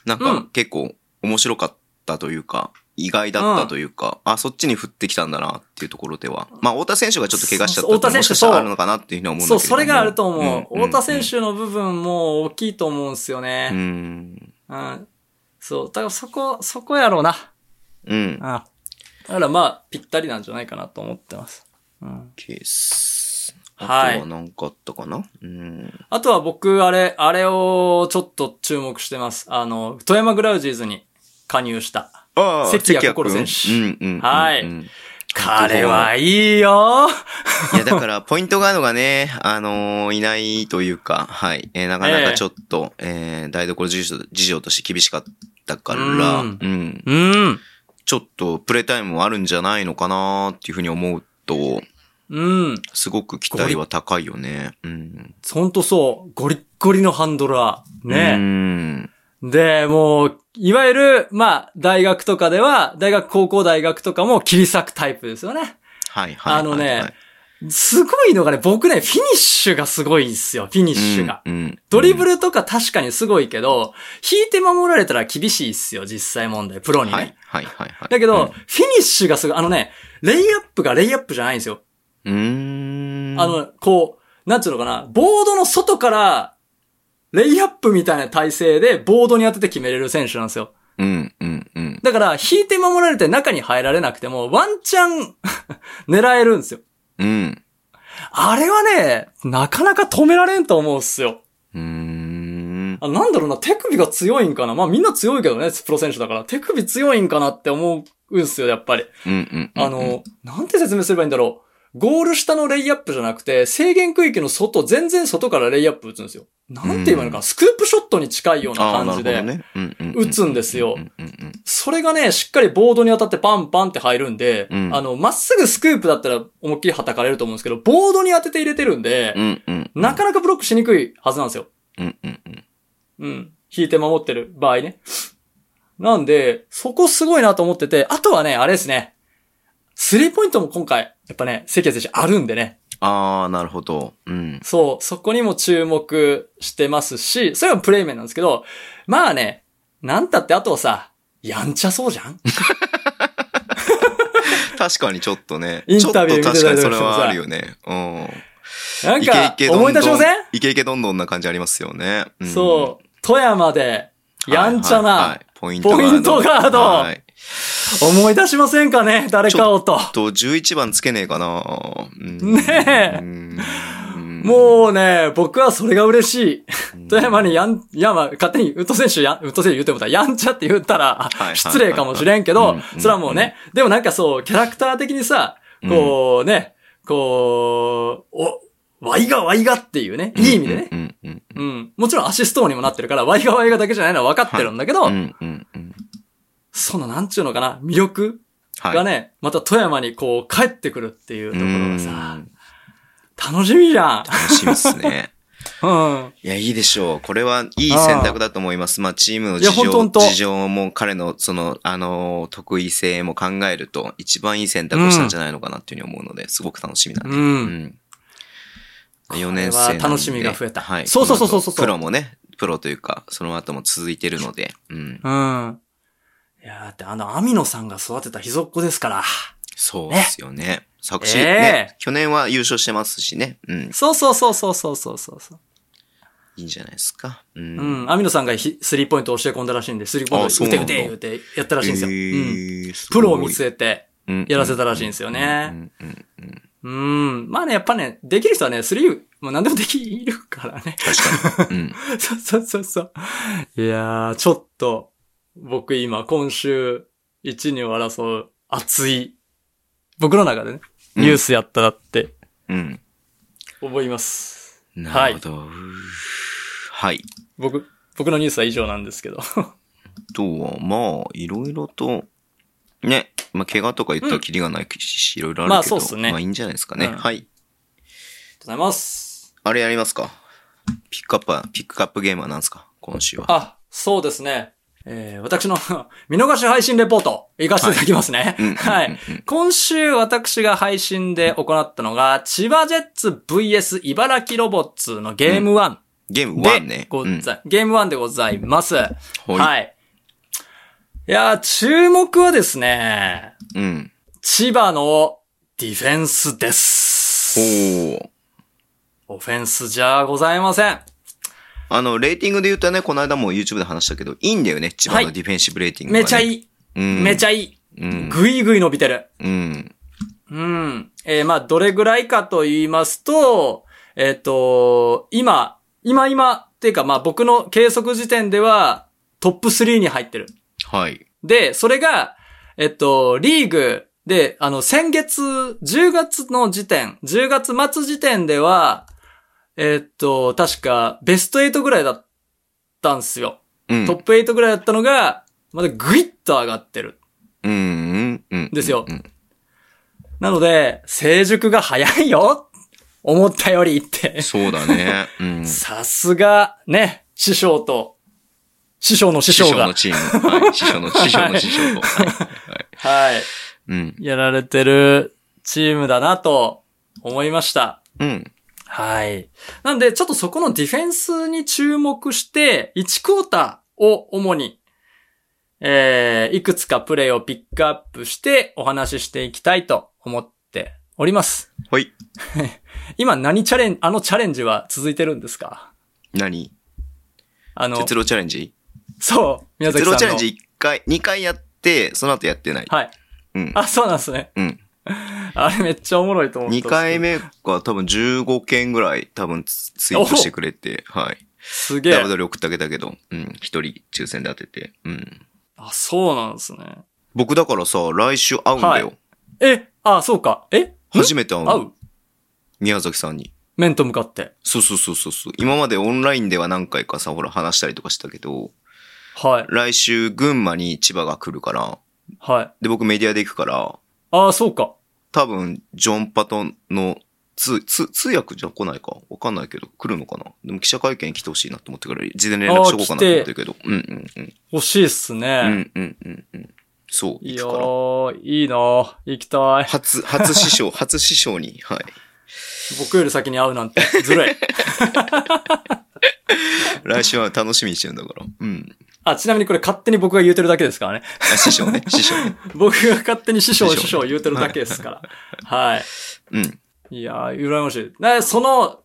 Speaker 2: なん
Speaker 1: う
Speaker 2: か
Speaker 1: ん
Speaker 2: 結構面白かったというか、意外だったというか、あ、そっちに振ってきたんだなっていうところでは。まあ、太田選手がちょっと怪我しちゃった
Speaker 1: そうそう
Speaker 2: ってもしかしたらあるのかなっていうふうには思うんだけ
Speaker 1: そ
Speaker 2: ど
Speaker 1: う、それがあると思う。
Speaker 2: んん
Speaker 1: 太田選手の部分も大きいと思うんですよ
Speaker 2: う
Speaker 1: ね。
Speaker 2: ん。
Speaker 1: うん。そう。だからそこ、そこやろうな。
Speaker 2: うん
Speaker 1: うん。。だからまあ、ぴったりなんじゃないかなと思ってます。うん。
Speaker 2: ケース。
Speaker 1: は
Speaker 2: あ
Speaker 1: い
Speaker 2: とは何かあったかな、うん。
Speaker 1: あとは僕、あれ、あれをちょっと注目してます。あの、富山グラウジーズに加入した。
Speaker 2: ああ、
Speaker 1: 関谷心選手
Speaker 2: 関谷君うんうんうんうん。
Speaker 1: はい彼
Speaker 2: は
Speaker 1: はいいよ
Speaker 2: いや、だから、ポイントガードがね、あのーいないというか、はい。えーなかなかちょっと、えー台所事情事情として厳しかったから、う
Speaker 1: うんん。うん。
Speaker 2: ちょっと、プレイタイムもあるんじゃないのかなっていうふうに思うと、
Speaker 1: うん。
Speaker 2: すごく期待は高いよね。うん。
Speaker 1: ほんとそう。ゴリッゴリのハンドラー。
Speaker 2: う
Speaker 1: ね。
Speaker 2: ん。
Speaker 1: で、もう、いわゆる、まあ、大学とかでは、大学、高校、大学とかも切り裂くタイプですよね。
Speaker 2: はいはいはいはい。
Speaker 1: あのねすごいのがね、僕ね、フィニッシュがすごいんですよ。フィニッ
Speaker 2: うん、
Speaker 1: シュが。
Speaker 2: うん。
Speaker 1: ドリブ
Speaker 2: ル
Speaker 1: ルとか確かにすごいけど、引いて守られたら厳しいっすよ、実際問題。プロにね。
Speaker 2: はいはいはいはい。
Speaker 1: だけど、フィニッシュがすごい。あのね、レイアップがレイアップじゃないんですよ。
Speaker 2: うん、うーん。
Speaker 1: あ、の、こう、なんつうのかな、ボードの外から、レイアップみたいな体勢でボードに当てて決めれる選手なんですよ。
Speaker 2: うんうんうん。
Speaker 1: だから、引いて守られて中に入られなくても、ワンチャン、 狙えるんですよ。
Speaker 2: うん。
Speaker 1: あれはね、なかなか止められんと思うっすよ。
Speaker 2: うーん。
Speaker 1: あなんだろうな、手首が強いんかなまあみんな強いけどね、プロ選手だから。手首強いんかなって思うんすよ、やっぱり。
Speaker 2: うんうんうん。
Speaker 1: あの、なんて説明すればいいんだろう。ゴール下のレイアップじゃなくて、制限区域の外、全然外からレイアップ打つんですよ。なんて言えばいいのかな、スクープショットに近いような
Speaker 2: あー
Speaker 1: 感
Speaker 2: な
Speaker 1: じで、
Speaker 2: るほどねうんうんうん
Speaker 1: 打つんですよ
Speaker 2: うんうんうん
Speaker 1: それがね、しっかりボードに当たってパンパンって入るんで、
Speaker 2: うん
Speaker 1: あの、まっすぐスクープだったら思いっきり叩かれると思うんですけど、ボードに当てて入れてるんで、
Speaker 2: うんうんうん
Speaker 1: なかなかブロックしにくいはずなんですよ。
Speaker 2: うんうんうん
Speaker 1: うん。引いて守ってる場合ね。なんで、そこすごいなと思ってて、あとはね、あれですね。スリーポイントも今回、やっぱね、関谷選手あるんでね。
Speaker 2: ああ、なるほど。うん。
Speaker 1: そう、そこにも注目してますし、それはプレイ面なんですけど、まあね、なんたってあとはさ、やんちゃそうじゃん
Speaker 2: 確かにちょっとね。
Speaker 1: インタビュー見
Speaker 2: ちょってと確かに
Speaker 1: たりと
Speaker 2: そ
Speaker 1: か
Speaker 2: れ
Speaker 1: してもさ
Speaker 2: はあるよね。う
Speaker 1: なん
Speaker 2: ん。
Speaker 1: か、
Speaker 2: イケイケどんどん
Speaker 1: 思い出しません、
Speaker 2: イケイケどんどんな感じありますよね。うん
Speaker 1: そう、富山で、やんちゃな、
Speaker 2: はいはいはいポイントガード。
Speaker 1: ポイントガード
Speaker 2: はい。
Speaker 1: 思い出しませんかね誰かをと。
Speaker 2: と、11番つけねえかな。うん
Speaker 1: ねえ
Speaker 2: うん
Speaker 1: もうね、僕はそれが嬉しい。富山にやん、いやまあ、勝手に、ウッド選手や、ウッド選手言うてもたら、やんちゃって言ったら、
Speaker 2: はいはい
Speaker 1: 失礼かもしれんけど、
Speaker 2: うん
Speaker 1: それはもうね、でもなんかそう、キャラクター的にさ、こうね、こう、お、ワイガワイガっていうね、いい意味でね。
Speaker 2: うんうん
Speaker 1: うん。もちろんアシスト王にもなってるから、ワイガワイガだけじゃないのは分かってるんだけど、
Speaker 2: うん。うんうんうん。
Speaker 1: そのなんちゅうのかな、魅力
Speaker 2: はい。
Speaker 1: がね、また富山にこう帰ってくるっていうところがさ
Speaker 2: う、
Speaker 1: 楽しみじゃん。
Speaker 2: 楽しみですね。
Speaker 1: うん。
Speaker 2: いや、いいでしょう。これはいい選択だと思います。まあ、チームの事
Speaker 1: いやほんと
Speaker 2: 情
Speaker 1: ほんと
Speaker 2: 事情も彼の、その、あのー、得意性も考えると、一番いい選択をしたんじゃないのかなっていうふうに思うので、すごく楽しみなんで。
Speaker 1: う。
Speaker 2: うんん。4年生なんで。
Speaker 1: これは楽しみが増えた
Speaker 2: はい。
Speaker 1: そうそうそうそうそう
Speaker 2: この後プロもね、プロというか、その後も続いてるので、うん。
Speaker 1: うん。いやーだってあの、網野さんが育てた秘蔵っ子ですから。
Speaker 2: そうですよね。昨シー
Speaker 1: え
Speaker 2: ズン
Speaker 1: え
Speaker 2: ね、去年は優勝してますしね。うん。
Speaker 1: そうそうそうそうそうそうそう。
Speaker 2: いいんじゃないですか。う。
Speaker 1: うんん。網野さんがひスリーポイント教え込んだらしいんで、スリーポイン
Speaker 2: あそ
Speaker 1: ト
Speaker 2: う
Speaker 1: 打て
Speaker 2: なん
Speaker 1: 打
Speaker 2: だ
Speaker 1: て打てやったらしいんですよ。
Speaker 2: え
Speaker 1: うん。
Speaker 2: ー
Speaker 1: プロを見据えて。
Speaker 2: え
Speaker 1: やらせたらしいんですよね
Speaker 2: うんうんうんうんうん
Speaker 1: うん。まあね、やっぱね、できる人はね、スリー、もう何でもできるからね。
Speaker 2: 確かに。うん。
Speaker 1: そうそうそうそう。いやー、ちょっと、僕今、今週、1、2を争う熱い、僕の中でね、
Speaker 2: うん
Speaker 1: ニュースやったなって
Speaker 2: うん。
Speaker 1: 思います。
Speaker 2: なるほど。うーはい。
Speaker 1: 僕、僕のニュースは以上なんですけど。
Speaker 2: とは、まあ、いろいろと、ね、まあ、怪我とか言ったらキリがないし、いろいろあるけど、
Speaker 1: まあそうっすね
Speaker 2: まあ、いいんじゃないですかね。
Speaker 1: うん
Speaker 2: はい。
Speaker 1: ありがとうございます。
Speaker 2: あれやりますかピックアップは、ピックアップゲームは何ですか今週は。
Speaker 1: あ、そうですね。えー、私の 見逃し配信レポート、行かせていただきますね
Speaker 2: うんうんうんうん。
Speaker 1: はい。今週私が配信で行ったのが、千葉ジェッツ VS 茨城ロボッツのゲーム1
Speaker 2: ゲーム1
Speaker 1: で
Speaker 2: ね。
Speaker 1: ござ、
Speaker 2: うん
Speaker 1: ゲーム1でございます。はいい。い、やー、注目はですね、
Speaker 2: うん。
Speaker 1: 千葉のディフェンスです。
Speaker 2: おお。
Speaker 1: オフェンスじゃございません。
Speaker 2: あの、レーティングで言ったね、この間も YouTube で話したけど、いいんだよね、千葉
Speaker 1: は
Speaker 2: の
Speaker 1: い
Speaker 2: ディフェンシブレーティングが、ね
Speaker 1: めちゃい
Speaker 2: い。
Speaker 1: い。
Speaker 2: うん、
Speaker 1: めち
Speaker 2: ゃ
Speaker 1: ゃいい。
Speaker 2: うん
Speaker 1: ぐいぐい伸びてる。
Speaker 2: うん。
Speaker 1: うん。えーまあ、どれぐらいかと言いますと、えっ、と、今、今今、っていうかまあ、僕の計測時点では、トップ3に入ってる。
Speaker 2: はい。
Speaker 1: で、それが、えっと、リーグで、あの、先月、10月の時点、10月末時点では、えっと、確か、ベスト8ぐらいだったんすよ。
Speaker 2: うん。
Speaker 1: トップ8ぐらいだったのが、まだグイッと上がってる。
Speaker 2: うんうん。うん。
Speaker 1: ですよ
Speaker 2: うん
Speaker 1: なので、成熟が早いよ思ったよりって。
Speaker 2: そうだね。 うん。
Speaker 1: さすが、ね、師匠と、師匠の師
Speaker 2: 師
Speaker 1: 匠
Speaker 2: 匠
Speaker 1: が
Speaker 2: の、チーム。 はい。師匠の、師匠の師匠と。はい。はい
Speaker 1: はい、
Speaker 2: うん。
Speaker 1: やられてるチームだなと思いました。
Speaker 2: うん。
Speaker 1: はい。なんで、ちょっとそこのディフェンスに注目して、1クォーターを主に、えー、いくつかプレイをピックアップしてお話ししていきたいと思っております。
Speaker 2: はい。
Speaker 1: 今何チャレンジ、あのチャレンジは続いてるんですか
Speaker 2: 何
Speaker 1: あの
Speaker 2: 鉄、郎チャレンジ
Speaker 1: そう、宮崎
Speaker 2: 鉄
Speaker 1: さん
Speaker 2: 郎
Speaker 1: の。
Speaker 2: チャレンジ一回、二回やって、その後やってない。
Speaker 1: はい。
Speaker 2: うん。
Speaker 1: あ、そうなんですね。
Speaker 2: うん。
Speaker 1: あれめっちゃおもろいと思った。
Speaker 2: 二回。目が多分15件ぐらい多分ツツイートしてくれて、はい。
Speaker 1: すげえ
Speaker 2: ダブ。ドリ送ってあげたけど、うん。一人抽選で当てて。うん。
Speaker 1: あ、そうなんですね。
Speaker 2: 僕だからさ、来週会うんだよ。
Speaker 1: はえ、あ、そうか。え
Speaker 2: 初
Speaker 1: め
Speaker 2: めて会うの
Speaker 1: 会う
Speaker 2: 宮崎さんに。
Speaker 1: 面と向かって。
Speaker 2: そうそうそうそうそう。今までオンラインでは何回かさ、ほら話したりとかしたけど、
Speaker 1: はい。
Speaker 2: 来週群馬に千葉が来るから、
Speaker 1: はい。
Speaker 2: で、僕メディアで行くから、
Speaker 1: あ、そうか。
Speaker 2: 多分、ジョンパトンの通、通、通訳じゃ来ないかわかんないけど、来るのかなでも記者会見来てほしいなと思ってから、事前連絡しとこうかなと思ってるけど。うんうんうん。
Speaker 1: 欲しいっすね。
Speaker 2: うんうんうんうん。そう、
Speaker 1: い
Speaker 2: 行
Speaker 1: や
Speaker 2: くから。
Speaker 1: ー、いいなー行きたい。
Speaker 2: 初、初師匠、 初師匠に、はい。
Speaker 1: 僕より先に会うなんて、ずるい。
Speaker 2: 来週は楽しみにしてるんだから。うん。
Speaker 1: あ、ちなみにこれ勝手に僕が言うてるだけですからね。
Speaker 2: あ師匠ね、師匠ね。
Speaker 1: 僕が勝手に師匠、
Speaker 2: 師匠
Speaker 1: 師匠言うてるだけですから。はい。
Speaker 2: うん。
Speaker 1: いやー、羨ましい。ね、その、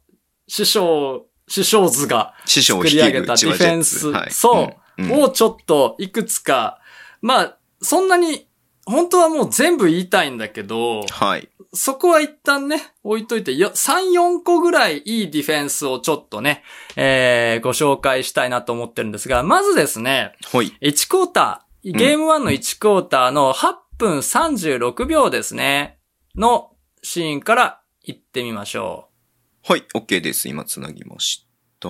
Speaker 1: 師匠、師匠図が
Speaker 2: 師匠を
Speaker 1: 作
Speaker 2: 率い
Speaker 1: り
Speaker 2: る
Speaker 1: 上げたディフェンス、
Speaker 2: 千葉ジェッツはい
Speaker 1: そう、
Speaker 2: うん
Speaker 1: をちょっといくつか、まあ、そんなに、本当はもう全部言いたいんだけど、
Speaker 2: はい。
Speaker 1: そこは一旦ね、置いといて、よ3、4個ぐらいいいディフェンスをちょっとね、えー、ご紹介したいなと思ってるんですが、まずですね、
Speaker 2: ほい。
Speaker 1: 1クォーター、ゲーム1の1クォーターの8分36秒ですね、のシーンから行ってみましょう。
Speaker 2: はい、OK です。今繋ぎました。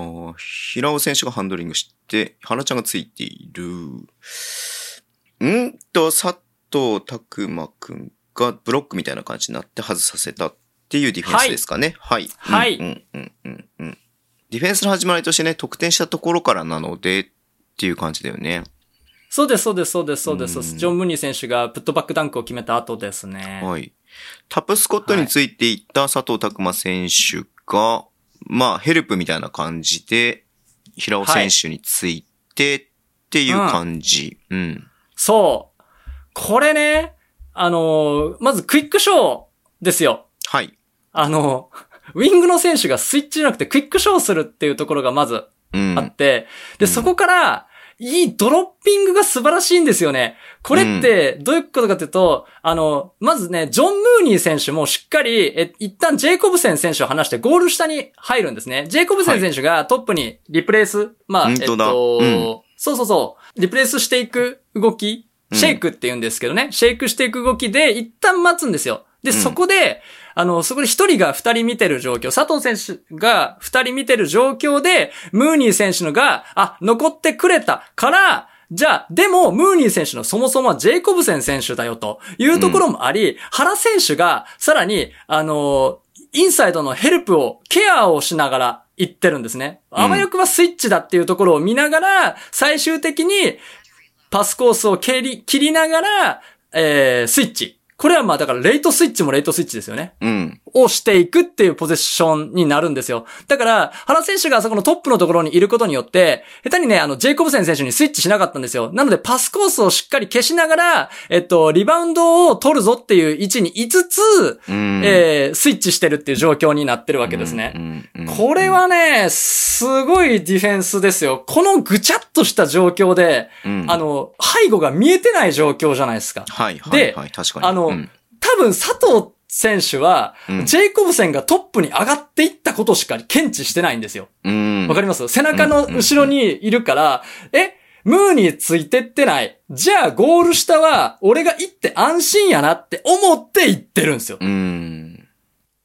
Speaker 2: 平尾選手がハンドリングして、原ちゃんがついている。んと、佐藤拓馬くんがブロックみたいな感じになって外させたっていうディフェンスですかね。はい。
Speaker 1: はい
Speaker 2: うんうんうんうん。ディフェンスの始まりとしてね、得点したところからなのでっていう感じだよね。
Speaker 1: そうです、そうです、そうです、そうです。
Speaker 2: うん
Speaker 1: ジョン・ムニー選手がプットバックダンクを決めた後ですね。
Speaker 2: はい。タップスコットについていった佐藤拓磨選手が、まあ、ヘルプみたいな感じで、平尾選手についてっていう感じ。うん。
Speaker 1: そう。これね、あのーまずクイックショーですよ。
Speaker 2: はい。
Speaker 1: あのー ウィングの選手がスイッチじゃなくてクイックショーするっていうところがまず
Speaker 2: うん。
Speaker 1: あって、
Speaker 2: う
Speaker 1: で、
Speaker 2: ん
Speaker 1: そこから、いいドロッピングが素晴らしいんですよね。これって、どういうことかというと、あの、まずね、ジョン・ムーニー選手もしっかり、え、一旦ジェイコブセン選手を離してゴール下に入るんですね。ジェイコブセン選手がトップにリプレイス、まあ、
Speaker 2: 本
Speaker 1: えっ
Speaker 2: 当だ
Speaker 1: と、
Speaker 2: うん
Speaker 1: そうそうそう、リプレイスしていく動き、
Speaker 2: うん
Speaker 1: シェイクって言うんですけどね、シェイクしていく動きで、一旦待つんですよ。で、
Speaker 2: うん
Speaker 1: そこで、あの、そこで一人が二人見てる状況、佐藤選手が二人見てる状況で、ムーニー選手のが、あ、残ってくれたから、じゃあ、でも、ムーニー選手のそもそもはジェイコブセン選手だよというところもあり、原選手が、さらに、あのインサイドのヘルプを、ケアをしながら行ってるんですね。
Speaker 2: ん
Speaker 1: あわよくばスイッチだっていうところを見ながら、最終的にパスコースを切り、切りながら、えー、スイッチ。これはまあだからレイトスイッチもレイトスイッチですよね。
Speaker 2: うん。
Speaker 1: をしていくっていうポゼッションになるんですよ。だから、原選手があそこのトップのところにいることによって、下手にね、あの、ジェイコブセン選手にスイッチしなかったんですよ。なので、パスコースをしっかり消しながら、えっと、リバウンドを取るぞっていう位置に5つ、
Speaker 2: うん。
Speaker 1: えー、スイッチしてるっていう状況になってるわけですね。
Speaker 2: うん。うん
Speaker 1: これ、はね、すごいディフェンスですよ。このぐちゃっとした状況で、
Speaker 2: うん
Speaker 1: あ、の、背後が見えてない状況じゃないですか。
Speaker 2: はいはい、
Speaker 1: で
Speaker 2: はい、確かに。
Speaker 1: あの、
Speaker 2: うん
Speaker 1: 多分佐藤選手は、
Speaker 2: うん
Speaker 1: ジェイコブセンがトップに上がっていったことしか検知してないんですよ。
Speaker 2: うん。
Speaker 1: わかります背中の後ろにいるから、え、ムーについてってない。じゃあゴール下は、俺が行って安心やなって思って行ってるんですよ。
Speaker 2: うん。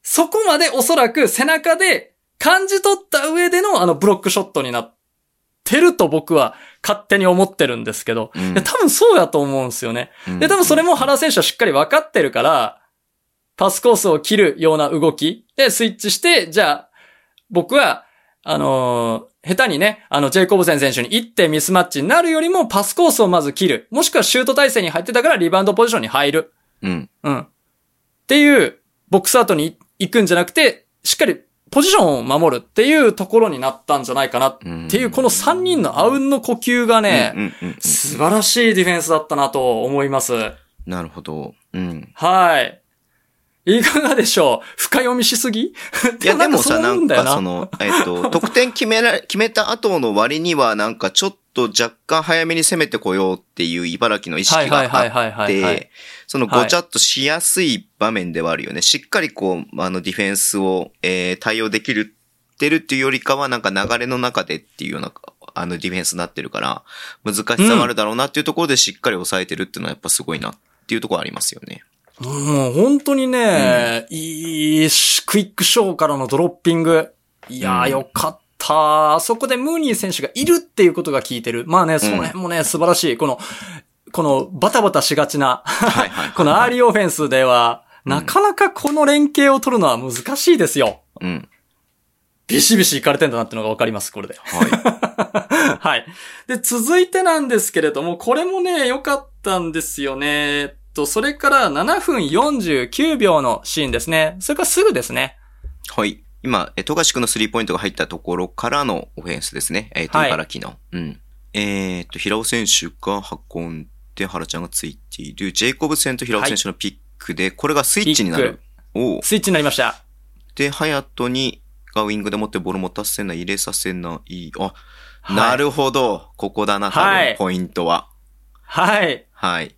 Speaker 1: そこまでおそらく背中で感じ取った上でのあのブロックショットになってると僕は勝手に思ってるんですけど、
Speaker 2: うん
Speaker 1: いや多分そうやと思うんですよね。で、多分それも原選手はしっかり分かってるから、パスコースを切るような動きでスイッチして、じゃあ、僕は、あのー下手にね、あの、ジェイコブセン選手に行ってミスマッチになるよりもパスコースをまず切る。もしくはシュート体勢に入ってたからリバウンドポジションに入る。
Speaker 2: うん。
Speaker 1: うん。っていう、ボックスアウトに行くんじゃなくて、しっかりポジションを守るっていうところになったんじゃないかなっ
Speaker 2: うん
Speaker 1: ていう、この3人のあうんの呼吸がね、
Speaker 2: うんうんうんうん
Speaker 1: 素晴らしいディフェンスだったなと思います。
Speaker 2: なるほど。うん。
Speaker 1: はい。いかがでしょう深読みしすぎ
Speaker 2: い や、でもさ、なん
Speaker 1: だよ
Speaker 2: かその、えっ、 と、得点決めら、決めた後の割には、なんかちょっと若干早めに攻めてこようっていう茨城の意識が
Speaker 1: はいはいはい
Speaker 2: あっ
Speaker 1: はいはいはい
Speaker 2: て、そのごちゃっとしやすい場面ではあるよね。しっかりこう、あの、ディフェンスを、えー対応できる、てるっていうよりかは、なんか流れの中でっていうような、あの、ディフェンスになってるから、難しさもあるだろうなっていうところでしっかり抑えてるっていうのはやっぱすごいなっていうところありますよ ね。
Speaker 1: もう本当にね、いいし、クイックショーからのドロッピング。いやー、
Speaker 2: うん
Speaker 1: よかった。あそこでムーニー選手がいるっていうことが効いてる。まあね、その辺もね、素晴らしい。この、このバタバタしがちな、
Speaker 2: はいはい。
Speaker 1: このアーリーオフェンスでは、なかなかこの連携を取るのは難しいですよ。
Speaker 2: うん。
Speaker 1: ビシビシいかれてんだなってのがわかります、これで。
Speaker 2: は
Speaker 1: はい。で、続いてなんですけれども、これもね、良かったんですよね。えっと、それから7分49秒のシーンですね。それからすぐですね。
Speaker 2: い。はい。今、え、富樫君のスリーポイントが入ったところからのオフェンスですね。えっ、と、
Speaker 1: はい
Speaker 2: 茨城の。うん。えっ、と、平尾選手が運んで、原ちゃんがついている、ジェイコブセンと平尾選手のピックで、これがスイッチになる。おう
Speaker 1: スイッチになりました。
Speaker 2: で、隼人に、がウィングで持ってボール持たせない、入れさせない。あ、
Speaker 1: はい
Speaker 2: なるほど。ここだな、多
Speaker 1: は
Speaker 2: 分
Speaker 1: い、
Speaker 2: ポイントは。
Speaker 1: はい。
Speaker 2: はい。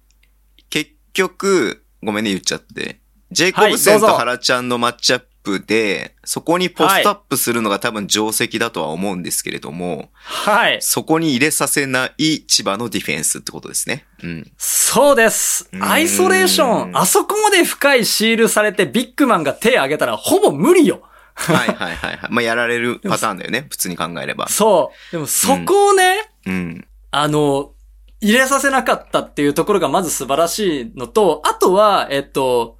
Speaker 2: 結局、ごめんね、言っちゃって。ジェイコブセンと
Speaker 1: はいどうぞ
Speaker 2: 原ちゃんのマッチアップで、そこにポストアップするのが多分定石だとは思うんですけれども、
Speaker 1: はい。
Speaker 2: そこに入れさせない千葉のディフェンスってことですね。うん。
Speaker 1: そうです
Speaker 2: う。ーん
Speaker 1: アイソレーション。あそこまで深いシールされてビッグマンが手挙げたらほぼ無理よ。
Speaker 2: はいはいはい はい。まあ、やられるパターンだよね。普通に考えれば。
Speaker 1: そう。でもそこをね、
Speaker 2: うん。
Speaker 1: あの、入れさせなかったっていうところがまず素晴らしいのと、あとは、えっと、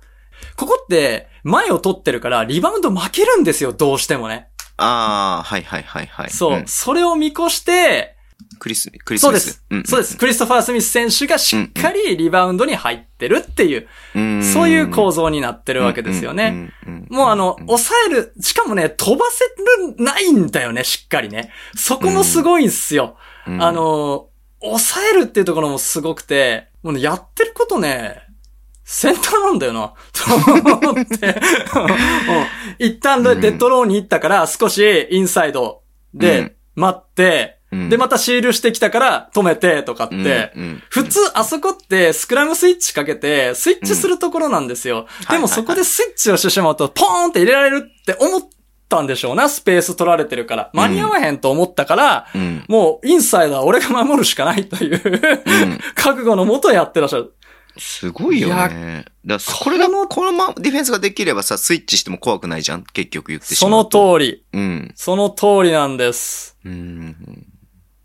Speaker 1: ここって前を取ってるからリバウンド負けるんですよ、どうしてもね。
Speaker 2: ああ、はいはいはいはい。
Speaker 1: そう。
Speaker 2: ん
Speaker 1: それを見越して、
Speaker 2: クリス、クリス
Speaker 1: そう
Speaker 2: マ
Speaker 1: で
Speaker 2: ス。
Speaker 1: す、そうです。クリストファー・スミス選手がしっかりリバウンドに入ってるっていう、
Speaker 2: ん
Speaker 1: そういう構
Speaker 2: 図
Speaker 1: 造になってるわけですよね。。
Speaker 2: うんうんん
Speaker 1: もうあの、
Speaker 2: ん
Speaker 1: 抑える、しかもね、飛ばせる、ないんだよね、しっかりね。そこもすごいんすよ。
Speaker 2: うん
Speaker 1: あの、抑えるっていうところもすごくて、もうね、やってることね、先端なんだよな、と 思って。うん一旦デッドローに行ったから、少しインサイドで待って、
Speaker 2: うん
Speaker 1: で、またシールしてきたから止めて、とかって。
Speaker 2: うんうん
Speaker 1: 普通、あそこって、スクラムスイッチかけて、スイッチするところなんですよ。
Speaker 2: うん
Speaker 1: でもそこでスイッチをしてしまうと、ポーンって入れられるって思ったんでしょうな、スペース取られてるから。間に合わへんと思ったから、
Speaker 2: うん。
Speaker 1: もう、インサイダー俺が守るしかないという、覚悟のもとやってらっしゃる。
Speaker 2: すごいよね。だからこれが、このままディフェンスができればさ、スイッチしても怖くないじゃん結局言ってし
Speaker 1: そ
Speaker 2: ま
Speaker 1: の
Speaker 2: うと。
Speaker 1: 通り。
Speaker 2: のうん。
Speaker 1: その通りなんです。
Speaker 2: うん。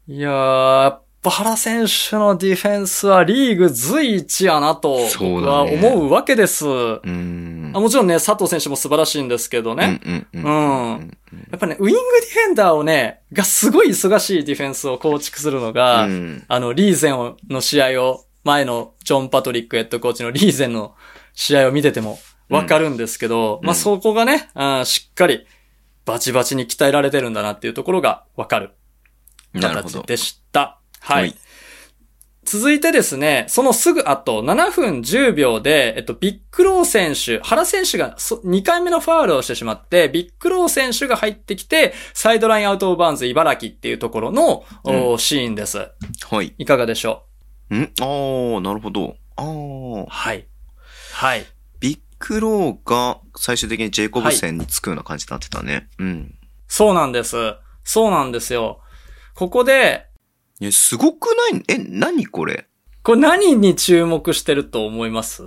Speaker 1: いやー、やっぱ原選手のディフェンスはリーグ随一やなと、
Speaker 2: そう
Speaker 1: 僕
Speaker 2: だ
Speaker 1: は
Speaker 2: ね
Speaker 1: 思うわけです、
Speaker 2: うん。
Speaker 1: あ。もちろんね、佐藤選手も素晴らしいんですけどね。
Speaker 2: うんうん
Speaker 1: うんやっぱね、ウィングディフェンダーをね、がすごい忙しいディフェンスを構築するのが、
Speaker 2: うん
Speaker 1: あの、リーゼンの試合を、前のジョン・パトリックヘッドコーチのリーゼンの試合を見ててもわかるんですけど、
Speaker 2: うんう
Speaker 1: まあ、
Speaker 2: ん
Speaker 1: そこがね、あーしっかりバチバチに鍛えられてるんだなっていうところがわかる
Speaker 2: なるほ
Speaker 1: 形
Speaker 2: ど。
Speaker 1: でした。はい、
Speaker 2: はい
Speaker 1: 続いてですね、そのすぐ後、7分10秒で、えっと、ビックロー選手、原選手がそ2回目のファウルをしてしまって、ビックロー選手が入ってきて、サイドラインアウトオブバーンズ茨城っていうところの、おシーンです。
Speaker 2: はい。
Speaker 1: いかがでしょ
Speaker 2: んああ、なるほど。あ
Speaker 1: う
Speaker 2: あ。
Speaker 1: はい。はい。
Speaker 2: ビッグローが最終的にジェイコブセンにつくような感じになってたね。うん。
Speaker 1: そうなんです。そうなんですよ。ここで、
Speaker 2: いや、すごくないえ、何これ
Speaker 1: これ何に注目してると思います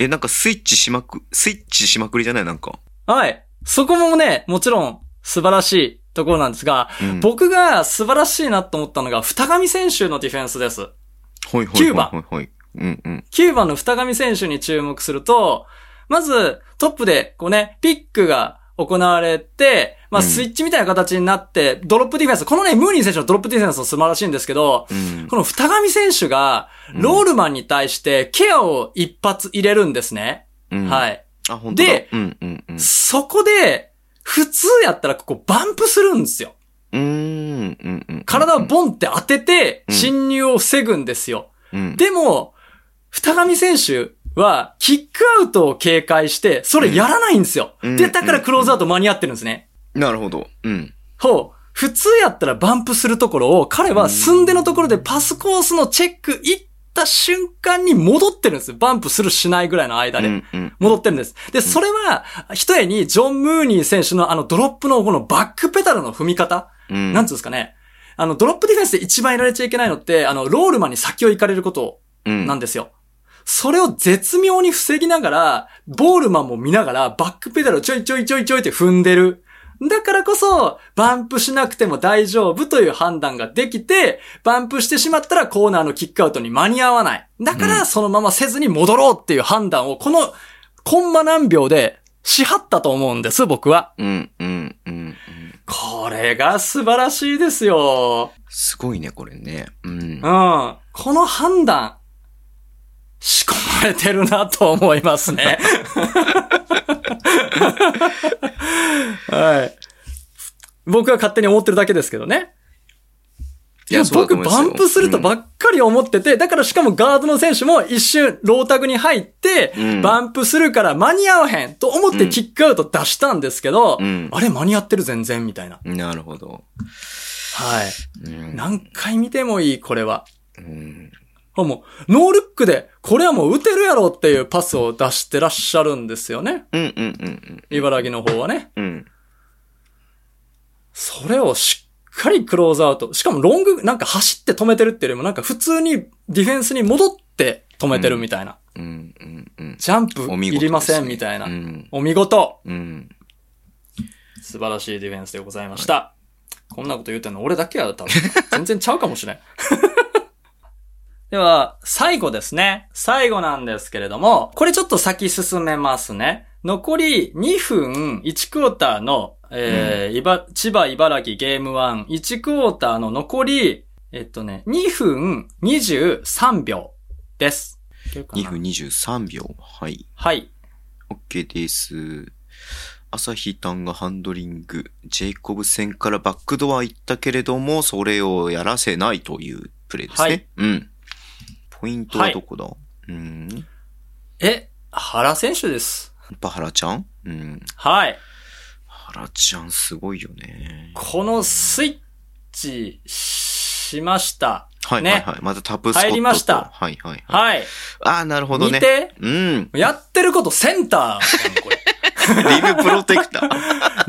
Speaker 2: え、なんかスイッチしまく、スイッチしまくりじゃないなんか。
Speaker 1: はい。そこもね、もちろん素晴らしいところなんですが、
Speaker 2: うん
Speaker 1: 僕が素晴らしいなと思ったのが、二上選手のディフェンスです。
Speaker 2: ほいほいほいほい
Speaker 1: キューバ
Speaker 2: ほい。うんうん。
Speaker 1: 9番の二上選手に注目すると、まず、トップで、こうね、ピックが行われて、まあ、
Speaker 2: うん
Speaker 1: スイッチみたいな形になって、ドロップディフェンス、このね、ムーニー選手のドロップディフェンスも素晴らしいんですけど、
Speaker 2: うん
Speaker 1: この二上選手が、ロールマンに対してケアを一発入れるんですね。
Speaker 2: うん
Speaker 1: はい。
Speaker 2: あ、本当だ。
Speaker 1: で
Speaker 2: うんうんうん。う
Speaker 1: そこで、普通やったらここバンプするんですよ。
Speaker 2: ーんうんうん。
Speaker 1: 体をボンって当てて、
Speaker 2: うん
Speaker 1: 侵入を防ぐんですよ。
Speaker 2: うん、
Speaker 1: でも、二上選手は、キックアウトを警戒して、それやらないんですよ。
Speaker 2: うん
Speaker 1: で、だからクローズアウト間に合ってるんですね。
Speaker 2: なるほど。うん。
Speaker 1: ほう。普通やったらバンプするところを、彼は寸でのところでパスコースのチェック行った瞬間に戻ってるんですよ。バンプするしないぐらいの間で。
Speaker 2: うんうん。
Speaker 1: 戻ってるんです。で、それは、ひとえに、ジョン・ムーニー選手のあのドロップのこのバックペダルの踏み方、
Speaker 2: うん。
Speaker 1: なんつうんですかね。あの、ドロップディフェンスで一番やられちゃいけないのって、あの、ロールマンに先を行かれること
Speaker 2: うん。
Speaker 1: なんですよ。それを絶妙に防ぎながら、ボールマンも見ながら、バックペダルをちょいちょいちょいちょいって踏んでる。だからこそ、バンプしなくても大丈夫という判断ができて、バンプしてしまったらコーナーのキックアウトに間に合わない。だか
Speaker 2: う
Speaker 1: ら、そのまませずに戻ろうっていう判断を、この、コンマ何秒で、しはったと思うんです、僕は。
Speaker 2: うんうんうん。
Speaker 1: これが素晴らしいですよ。
Speaker 2: すごいね、これね。うん。
Speaker 1: うん。この判断、仕込まれてるなと思いますね。はい。僕は勝手に思ってるだけですけどね。い
Speaker 2: い
Speaker 1: や、
Speaker 2: そうだと
Speaker 1: 僕、
Speaker 2: 思います
Speaker 1: バ
Speaker 2: よ
Speaker 1: ンプするとばっかり思ってて、だからしかもガードの選手も一瞬、ロータグに入って、
Speaker 2: うん
Speaker 1: バンプするから間に合わへんと思ってキックアウト出したんですけど、
Speaker 2: うん
Speaker 1: あれ間に合ってる全然、みたいな。
Speaker 2: うん。なるほど。
Speaker 1: はい。
Speaker 2: うん。
Speaker 1: 何回見てもいい、これは。
Speaker 2: うん。
Speaker 1: あ、もう、ノールックで、これはもう打てるやろっていうパスを出してらっしゃるんですよね。
Speaker 2: うんうんうん
Speaker 1: 茨城の方はね。
Speaker 2: うん。うん。
Speaker 1: それをしっかりクローズアウト。しかもロング、なんか走って止めてるっていうよりも、なんか普通にディフェンスに戻って止めてるみたいな。
Speaker 2: うんうんうん。
Speaker 1: ジャンプ
Speaker 2: お見
Speaker 1: い
Speaker 2: 事ですね
Speaker 1: りませんみたいな。
Speaker 2: うん。
Speaker 1: お見事。
Speaker 2: うん。
Speaker 1: 素晴らしいディフェンスでございました。こんなこと言うてんの俺だけや、多分。全然ちゃうかもしれん。 では、最後ですね。最後なんですけれども、これちょっと先進めますね。残り2分1クォーターの、えー茨千葉茨城ゲーム1、1クォーターの残り、えっとね、2分23秒です。いけるかな
Speaker 2: 2分23秒。はい。
Speaker 1: はい。
Speaker 2: OK です。朝日ンがハンドリング。ジェイコブ戦からバックドア行ったけれども、それをやらせないというプレーですね。
Speaker 1: はい
Speaker 2: うん。ポイントはどこだ、うん。や
Speaker 1: え、原選手です。
Speaker 2: っぱ原ちゃんうん。
Speaker 1: はい。
Speaker 2: 原ちゃんすごいよね。
Speaker 1: このスイッチしました。
Speaker 2: はい
Speaker 1: ね
Speaker 2: はいはい。またタップスポットと。
Speaker 1: 入りました
Speaker 2: はいはいはい。
Speaker 1: はい。
Speaker 2: ああ、なるほどね
Speaker 1: 見。て、
Speaker 2: うん。
Speaker 1: やってることセンターやん、これ。
Speaker 2: リムプロテクター。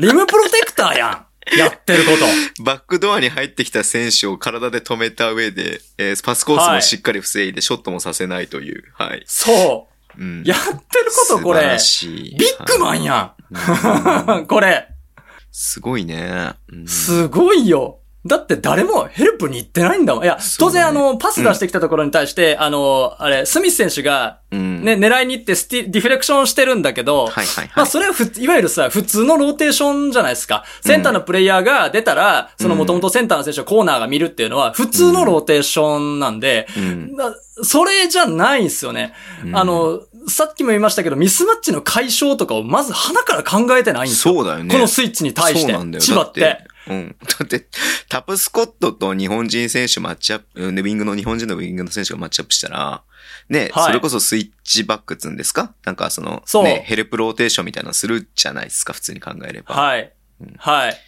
Speaker 1: リムプロテクターやん。やってること。
Speaker 2: バックドアに入ってきた選手を体で止めた上で、えーパスコースもしっかり防いで、ショットもさせないという。はい。
Speaker 1: そう。
Speaker 2: うん。
Speaker 1: やってること、こ
Speaker 2: 素晴
Speaker 1: れ
Speaker 2: ら。しい
Speaker 1: ビッグマンや
Speaker 2: は
Speaker 1: ん。 これ。
Speaker 2: いすごいね。うん
Speaker 1: すごいよ。だって誰もヘルプに行ってないんだもん。いや、
Speaker 2: そ
Speaker 1: 当
Speaker 2: うだね
Speaker 1: 然あの、パス出してきたところに対して、あの、あれ、スミス選手が、
Speaker 2: うん。
Speaker 1: ね、狙いに行ってスティ、ディフレクションしてるんだけど、
Speaker 2: はいはいはい。
Speaker 1: まあそれはふつ、いわゆるさ、普通のローテーションじゃないですか。センターのプレイヤーが出たら、その元々センターの選手をコーナーが見るっていうのは、普通のローテーションなんで、
Speaker 2: うん
Speaker 1: なそれじゃないんすよね。
Speaker 2: うん
Speaker 1: あの、さっきも言いましたけど、ミスマッチの解消とかをまず鼻から考えてないんですよ。
Speaker 2: そうだよね。
Speaker 1: このスイッチに対して。
Speaker 2: そうなんだよ
Speaker 1: 千葉って。
Speaker 2: だうん。だって、タプスコットと日本人選手マッチアップ、うんウィングの日本人のウィングの選手がマッチアップしたら、ね、
Speaker 1: はい
Speaker 2: それこそスイッチバックっつうんですかなんかその、
Speaker 1: そう
Speaker 2: ね、ヘルプローテーションみたいなのするじゃないですか、普通に考えれば。
Speaker 1: はい。はい。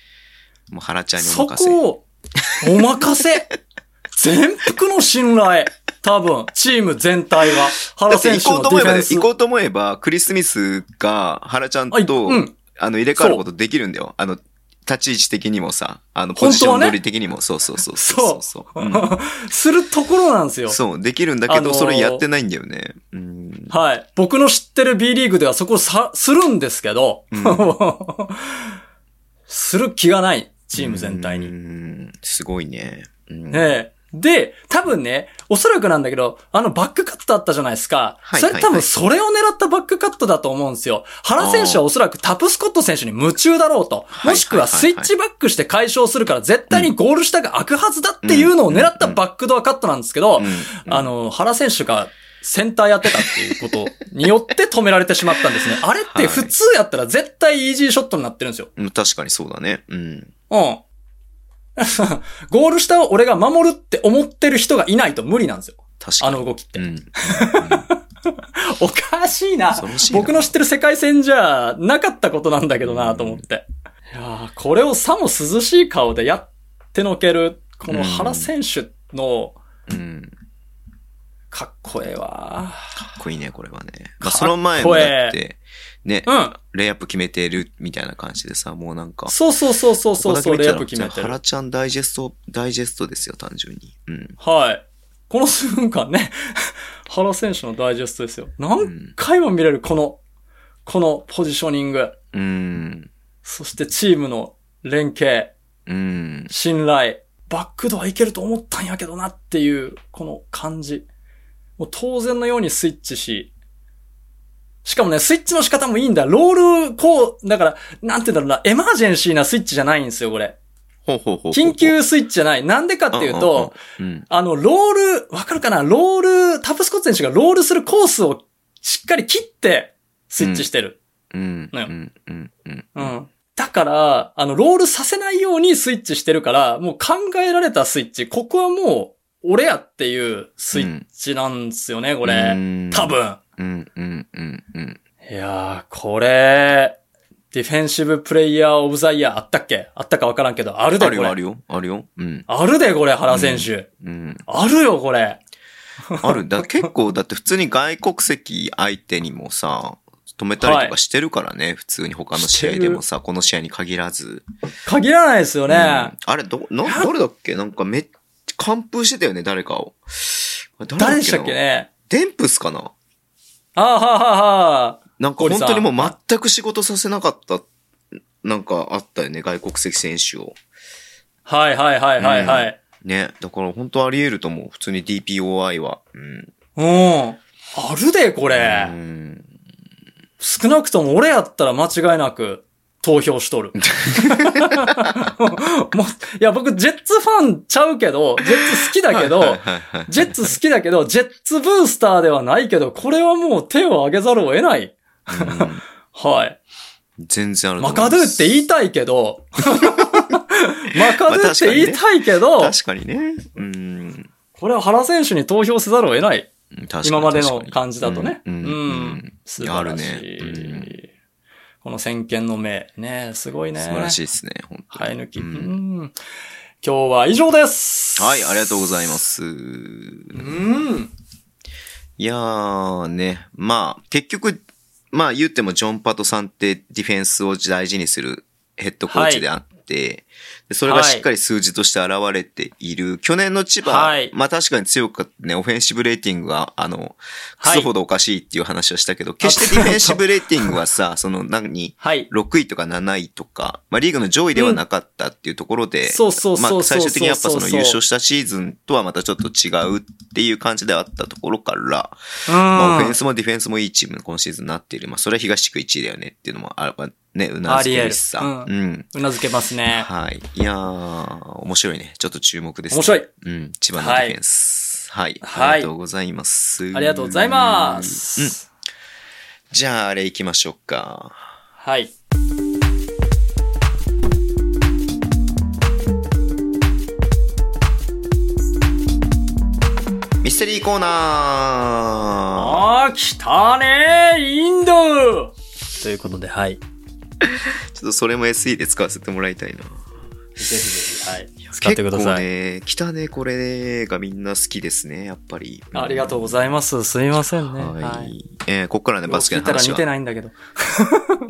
Speaker 2: もう原ちゃんにお
Speaker 1: そ
Speaker 2: 任せ。
Speaker 1: こを、お 任せ。全幅の信頼。多分、チーム全体が。
Speaker 2: だ
Speaker 1: 原
Speaker 2: って
Speaker 1: 選
Speaker 2: 行
Speaker 1: 手
Speaker 2: こ
Speaker 1: の
Speaker 2: う
Speaker 1: デ
Speaker 2: と思え
Speaker 1: ィフ
Speaker 2: ば、
Speaker 1: ェンス。
Speaker 2: 行こうと思えば、クリス・ミスが原ちゃん
Speaker 1: あい
Speaker 2: と、
Speaker 1: うん
Speaker 2: あの、入れ替わることできるんだよ。あの、立ち位置的にもさ、あの、ポジション取り的にも、そうそうそう
Speaker 1: そう
Speaker 2: そう。うん
Speaker 1: するところなん ですよ。
Speaker 2: そう、できるんだけ
Speaker 1: あ
Speaker 2: ど、
Speaker 1: のー
Speaker 2: それやってないんだよね。うん
Speaker 1: はい。僕の知ってる B リーグではそこをさ、するんですけど、
Speaker 2: うん
Speaker 1: する気がない、チーム全体
Speaker 2: う
Speaker 1: に。
Speaker 2: んすごいね。うん
Speaker 1: ええ。で、多分ね、おそらくなんだけど、あのバックカットあったじゃないですか。
Speaker 2: はい
Speaker 1: それ多
Speaker 2: はいは
Speaker 1: 分
Speaker 2: い
Speaker 1: それを狙ったバックカットだと思うんですよ。原選手はおそらくタプスコット選手に夢中だろうと。
Speaker 2: はい
Speaker 1: もしくはスイッチバックして解消するから絶対にゴール下が開くはずだっていうのを狙ったバックドアカットなんですけど
Speaker 2: うん、
Speaker 1: あの、原選手がセンターやってたっていうことによって止められてしまった んですね。あれって普通やったら絶対イージーショットになってるんですよ。
Speaker 2: うん確かにそうだね。うん。
Speaker 1: うん。 ゴール下を俺が守るって思ってる人がいないと無理なんですよ。
Speaker 2: 確か
Speaker 1: あ
Speaker 2: に。
Speaker 1: の動きって。
Speaker 2: う ん。
Speaker 1: おかしいな
Speaker 2: 恐ろしいな
Speaker 1: 僕の知ってる世界戦じゃなかったことなんだけどなと思って。いやーこれをさも涼しい顔でやってのける、この原選手の
Speaker 2: うん。
Speaker 1: かっこええわ。
Speaker 2: かっこいいね、これはね。まあ、
Speaker 1: かっこいい
Speaker 2: その前もだって、ね、
Speaker 1: うん。
Speaker 2: レイアップ決めてるみたいな感じでさ、もうなんか、
Speaker 1: そうそうそうそうそうそう、
Speaker 2: ここだけ見たら
Speaker 1: レイアップ決めてる。
Speaker 2: 原ちゃんダイジェスト、ダイジェストですよ、単純に。うん。
Speaker 1: はい。この数分間ね、 原選手のダイジェストですよ。何回も見れる、この、このポジショニング。
Speaker 2: うん。
Speaker 1: そしてチームの連携、
Speaker 2: うん。
Speaker 1: 信頼、バックドアいけると思ったんやけどなっていう、この感じ。もう当然のようにスイッチし、しかもね、スイッチの仕方もいいんだ。ロール、こう、だから、なんて言うんだろうな、エマージェンシーなスイッチじゃないんですよ、これ。
Speaker 2: ほうほうほうほう。
Speaker 1: 緊急スイッチじゃない。なんでかっていうと、
Speaker 2: うん、うんうん。
Speaker 1: あの、ロール、わかるかなロール、タプスコッツ選手がロールするコースをしっかり切って、スイッチしてる。
Speaker 2: うん。う
Speaker 1: ね
Speaker 2: ん。うん。うん。
Speaker 1: うん。だから、あの、ロールさせないようにスイッチしてるから、もう考えられたスイッチ、ここはもう、俺やっていうスイッチなんですよね、これ。
Speaker 2: れ
Speaker 1: 多。分。
Speaker 2: うん。うん。うん。うん。
Speaker 1: いやー、これ、ディフェンシブプレイヤーオブザイヤーあったっけあったかわからんけど、あるで、
Speaker 2: あ
Speaker 1: こ
Speaker 2: る
Speaker 1: れ。
Speaker 2: よ、あ
Speaker 1: あ
Speaker 2: る
Speaker 1: る
Speaker 2: よ、あるよ。うん。
Speaker 1: で、これ、原選手。
Speaker 2: うん。
Speaker 1: あるよ、これ。
Speaker 2: ある。 だ結構、だって普通に外国籍相手にもさ、止めたりとかしてるからね、 普通に他の試合でもさ、この試合に限らず。
Speaker 1: 限らないですよね。
Speaker 2: うんあれ、ど、な、どれだっけなんかめっ、完封してたよね、誰かを。
Speaker 1: 誰
Speaker 2: 誰だ
Speaker 1: でしたっけ
Speaker 2: な
Speaker 1: ね
Speaker 2: デンプスかな
Speaker 1: あーはーはーはー
Speaker 2: なんか
Speaker 1: ゴリ
Speaker 2: 本
Speaker 1: さん
Speaker 2: 当にもう全く仕事させなかったなんかあったよね、外国籍選手を。
Speaker 1: はいはいはいはいはい。
Speaker 2: ね。だから本当あり得ると思う。普通に DPOI は。うん。
Speaker 1: うん。あるで、こ
Speaker 2: う
Speaker 1: れ。
Speaker 2: ん。
Speaker 1: 少なくとも俺やったら間違いなく投票しとる。 もういや、僕、ジェッツファンちゃうけど、ジェッツ好きだけど、
Speaker 2: はいはい。
Speaker 1: ジェッツ好きだけど、ジェッツブースターではないけど、これはもう手を挙げざるを得ない。はい。
Speaker 2: うん全然あると
Speaker 1: マ
Speaker 2: 思いま
Speaker 1: カ
Speaker 2: す
Speaker 1: ドゥって言いたいけ ど、マカドゥって言いたいけど、
Speaker 2: 確かにね。うん。
Speaker 1: これは原選手に投票せざるを得ない。
Speaker 2: 確かに
Speaker 1: 今までの感じだとね。
Speaker 2: う。
Speaker 1: うんん。
Speaker 2: うん
Speaker 1: 素晴らし
Speaker 2: ある
Speaker 1: い。
Speaker 2: ね
Speaker 1: この先見の目。ねすごいね。
Speaker 2: 素晴らしいですね、本当
Speaker 1: 生え抜き、
Speaker 2: う
Speaker 1: うんん。今日は以上です。。
Speaker 2: はい、ありがとうございますす。
Speaker 1: うん。
Speaker 2: いやーね、まあ、結局、まあ言ってもジョン・パトさんってディフェンスを大事にするヘッドコーチであって、でそれがしっかり数字として現れている。去年の千葉、
Speaker 1: はい
Speaker 2: まあ確かに強かったね、オフェンシブレーティングが、あの、ク
Speaker 1: はい
Speaker 2: ソほどおかしいっていう話をしたけど、決してディフェンシブレーティングはさ、 その何、
Speaker 1: はい。
Speaker 2: 6位とか7位とか、まあ、リーグの上位ではなかったっていうところで、
Speaker 1: うんそうそうそうそう
Speaker 2: まあ、最終的にやっぱそ
Speaker 1: そ
Speaker 2: の
Speaker 1: うそうそう
Speaker 2: 優勝したシーズンとはまたちょっと違うっていう感じではあったところから、
Speaker 1: うん。
Speaker 2: まあ、オフェンスもディフェンスもいいチームに今シーズンなっている。まあ、それは東地区1位だよねっていうのもあればね、うなずけるしさ
Speaker 1: あ。
Speaker 2: う
Speaker 1: り
Speaker 2: ん。
Speaker 1: うなずけますね。
Speaker 2: はい。いやー、面白いね。ちょっと注目です、ね。
Speaker 1: 面白い。
Speaker 2: うん。千葉のディフェンス。はい。
Speaker 1: はい
Speaker 2: ありがとうございます。
Speaker 1: ありがとうございま。す。
Speaker 2: じゃあ、あれ行きましょうか。
Speaker 1: はい。
Speaker 2: ミステリーコーナー
Speaker 1: あー、来たねーインドということで、はい。ぜ
Speaker 2: ちょっとそれも SE で使わせてもらいたいな。
Speaker 1: ひぜひ、はい。使ってくだ
Speaker 2: 結構
Speaker 1: さい。
Speaker 2: ね、来たね、これね、がみんな好きですね、やっぱり。
Speaker 1: ありがとう
Speaker 2: う
Speaker 1: ございます。すいませんね。
Speaker 2: はい。
Speaker 1: はい。
Speaker 2: えーここからね、バスケ
Speaker 1: 聞
Speaker 2: の
Speaker 1: いたら
Speaker 2: 話
Speaker 1: 似て
Speaker 2: は、
Speaker 1: ないんだけど。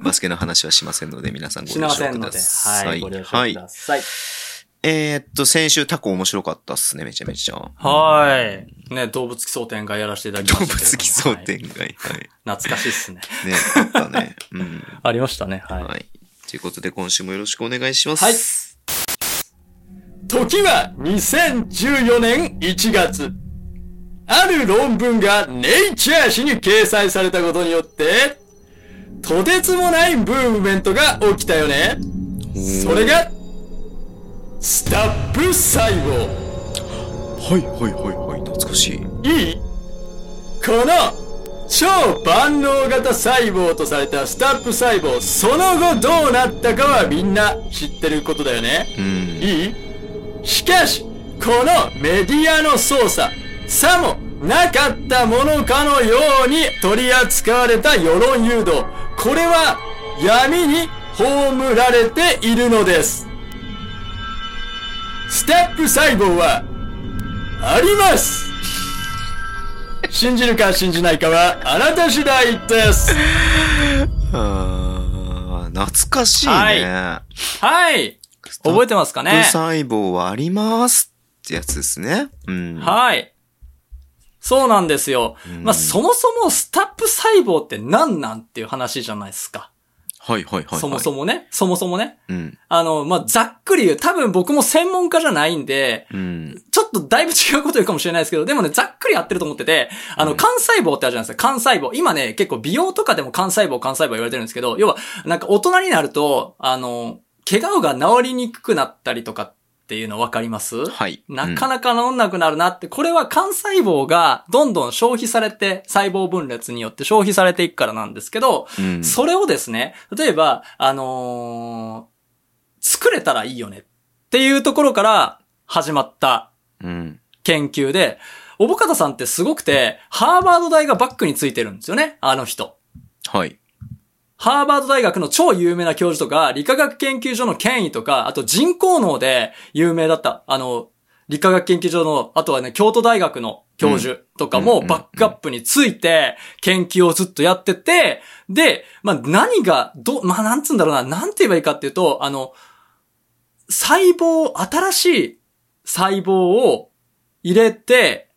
Speaker 2: バスケの話はしませんので、皆さんご
Speaker 1: し
Speaker 2: 了
Speaker 1: ま
Speaker 2: 承
Speaker 1: せん
Speaker 2: く
Speaker 1: の
Speaker 2: だ
Speaker 1: で、
Speaker 2: さい。
Speaker 1: はい。ご了承く
Speaker 2: は
Speaker 1: ださい。
Speaker 2: えーっと、先週タコ面白かったっすね、めちゃめちゃ。
Speaker 1: はい。ね、動物奇想天外やらせていただきま
Speaker 2: 動
Speaker 1: したけれども。
Speaker 2: 物奇想
Speaker 1: はい
Speaker 2: 天外。はい。
Speaker 1: 懐かしいっすね。
Speaker 2: ね、あった ね。うん。
Speaker 1: ありましたね。はい。
Speaker 2: はい。ということで、今週もよろしくお願いします。
Speaker 1: はい。時は2014年1月。ある論文がネイチャー誌に掲載されたことによって、とてつもないブーブメントが起きたよね。それが、スタップ細胞。
Speaker 2: はい、はい、はい、はい。懐かしい。
Speaker 1: いいこの超万能型細胞とされたスタップ細胞その後どうなったかはみんな知ってることだよね
Speaker 2: うん。
Speaker 1: いいしかしこのメディアの操作さもなかったものかのように取り扱われた世論誘導これは闇に葬られているのですスタップ細胞はあります信じるか信じないかはあなた次第です。
Speaker 2: あー懐かしいね。
Speaker 1: ははい。覚えてますか
Speaker 2: トッ
Speaker 1: ね
Speaker 2: プ細胞はありますってやつですね。うん。
Speaker 1: はい。そうなんですよ。
Speaker 2: ん
Speaker 1: まあ、そもそもスタップ細胞って何なんっていう話じゃないですか。
Speaker 2: はいはいはい、はい。
Speaker 1: そもそもね。そもそもね。
Speaker 2: うん。
Speaker 1: あの、まあ、ざっくり言う。多分僕も専門家じゃないんで、
Speaker 2: うん。
Speaker 1: ちょっとだいぶ違うこと言うかもしれないですけど、でもね、ざっくりやってると思ってて、あの、幹細胞ってあるじゃないですか、幹細胞。今ね、結構美容とかでも幹細胞、幹細胞言われてるんですけど、要は、なんか大人になると、あの、怪我が治りにくくなったりとかっていうの分かります
Speaker 2: はい。
Speaker 1: なかなか治んなくなるなって、これは幹細胞がどんどん消費されて、細胞分裂によって消費されていくからなんですけど、
Speaker 2: うん。うん。
Speaker 1: それをですね、例えば、あのー作れたらいいよねっていうところから始まった
Speaker 2: うん。
Speaker 1: 研究で、おぼかたさんってすごくて、ハーバード大がバックについてるんですよね、あの人。
Speaker 2: はい。
Speaker 1: ハーバード大学の超有名な教授とか、理化学研究所の権威とか、あと人工脳で有名だった、あの、理化学研究所の、あとはね、京都大学の教授とか
Speaker 2: う
Speaker 1: も
Speaker 2: ん
Speaker 1: バックアップについて研究をずっとやってて、で、まあ、何が、ど、まあ、なんつうんだろうな、なんて言えばいいかっていうと、あの、細胞、新しい細胞を入れて、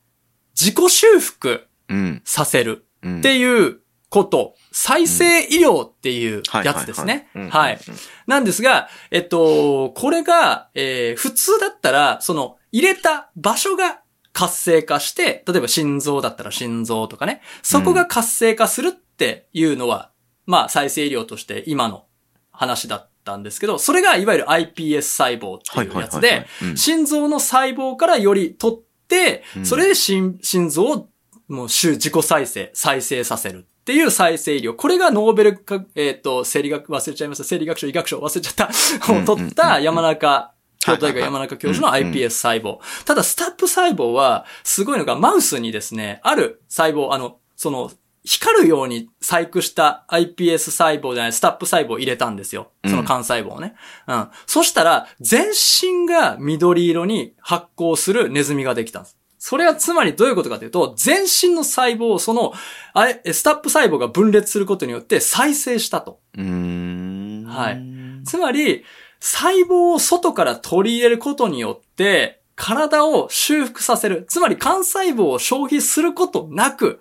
Speaker 1: 自己修復
Speaker 2: うん。
Speaker 1: させる
Speaker 2: うん。
Speaker 1: っていうこと、再生医療っていうやつですね。はい。なんですが、えっと、これが、えー普通だったら、その、入れた場所が活性化して、例えば心臓だったら心臓とかね、そこが活性化するっていうのは、まあ、再生医療として今の話だったんですけど、それがいわゆる iPS 細胞っていうやつ
Speaker 2: はいはい
Speaker 1: で
Speaker 2: はいはいうん、
Speaker 1: 心臓の細胞からより取って
Speaker 2: う、ん
Speaker 1: それで心心臓をもう自自己再生、再生させるっていう再生医療。これがノーベルか、えっ、と、生理学、忘れちゃいました。生理学賞、医学賞、忘れちゃった。
Speaker 2: うんうんうん
Speaker 1: を取った山中、京都大学山中教授の
Speaker 2: はいはいはい
Speaker 1: iPS 細胞。ただ、スタップ細胞は、すごいのが、マウスにですね、ある細胞、あの、その、光るように細工した iPS 細胞じゃない、スタップ細胞を入れたんですよ。その幹細胞をね。うん。そしたら、全身が緑色に発光するネズミができたんです。それはつまりどういうことかというと、全身の細胞をその、あれ、スタップ細胞が分裂することによって再生したと。
Speaker 2: うーん。
Speaker 1: はいつまり、細胞を外から取り入れることによって、体を修復させる。つまり、幹細胞を消費することなく、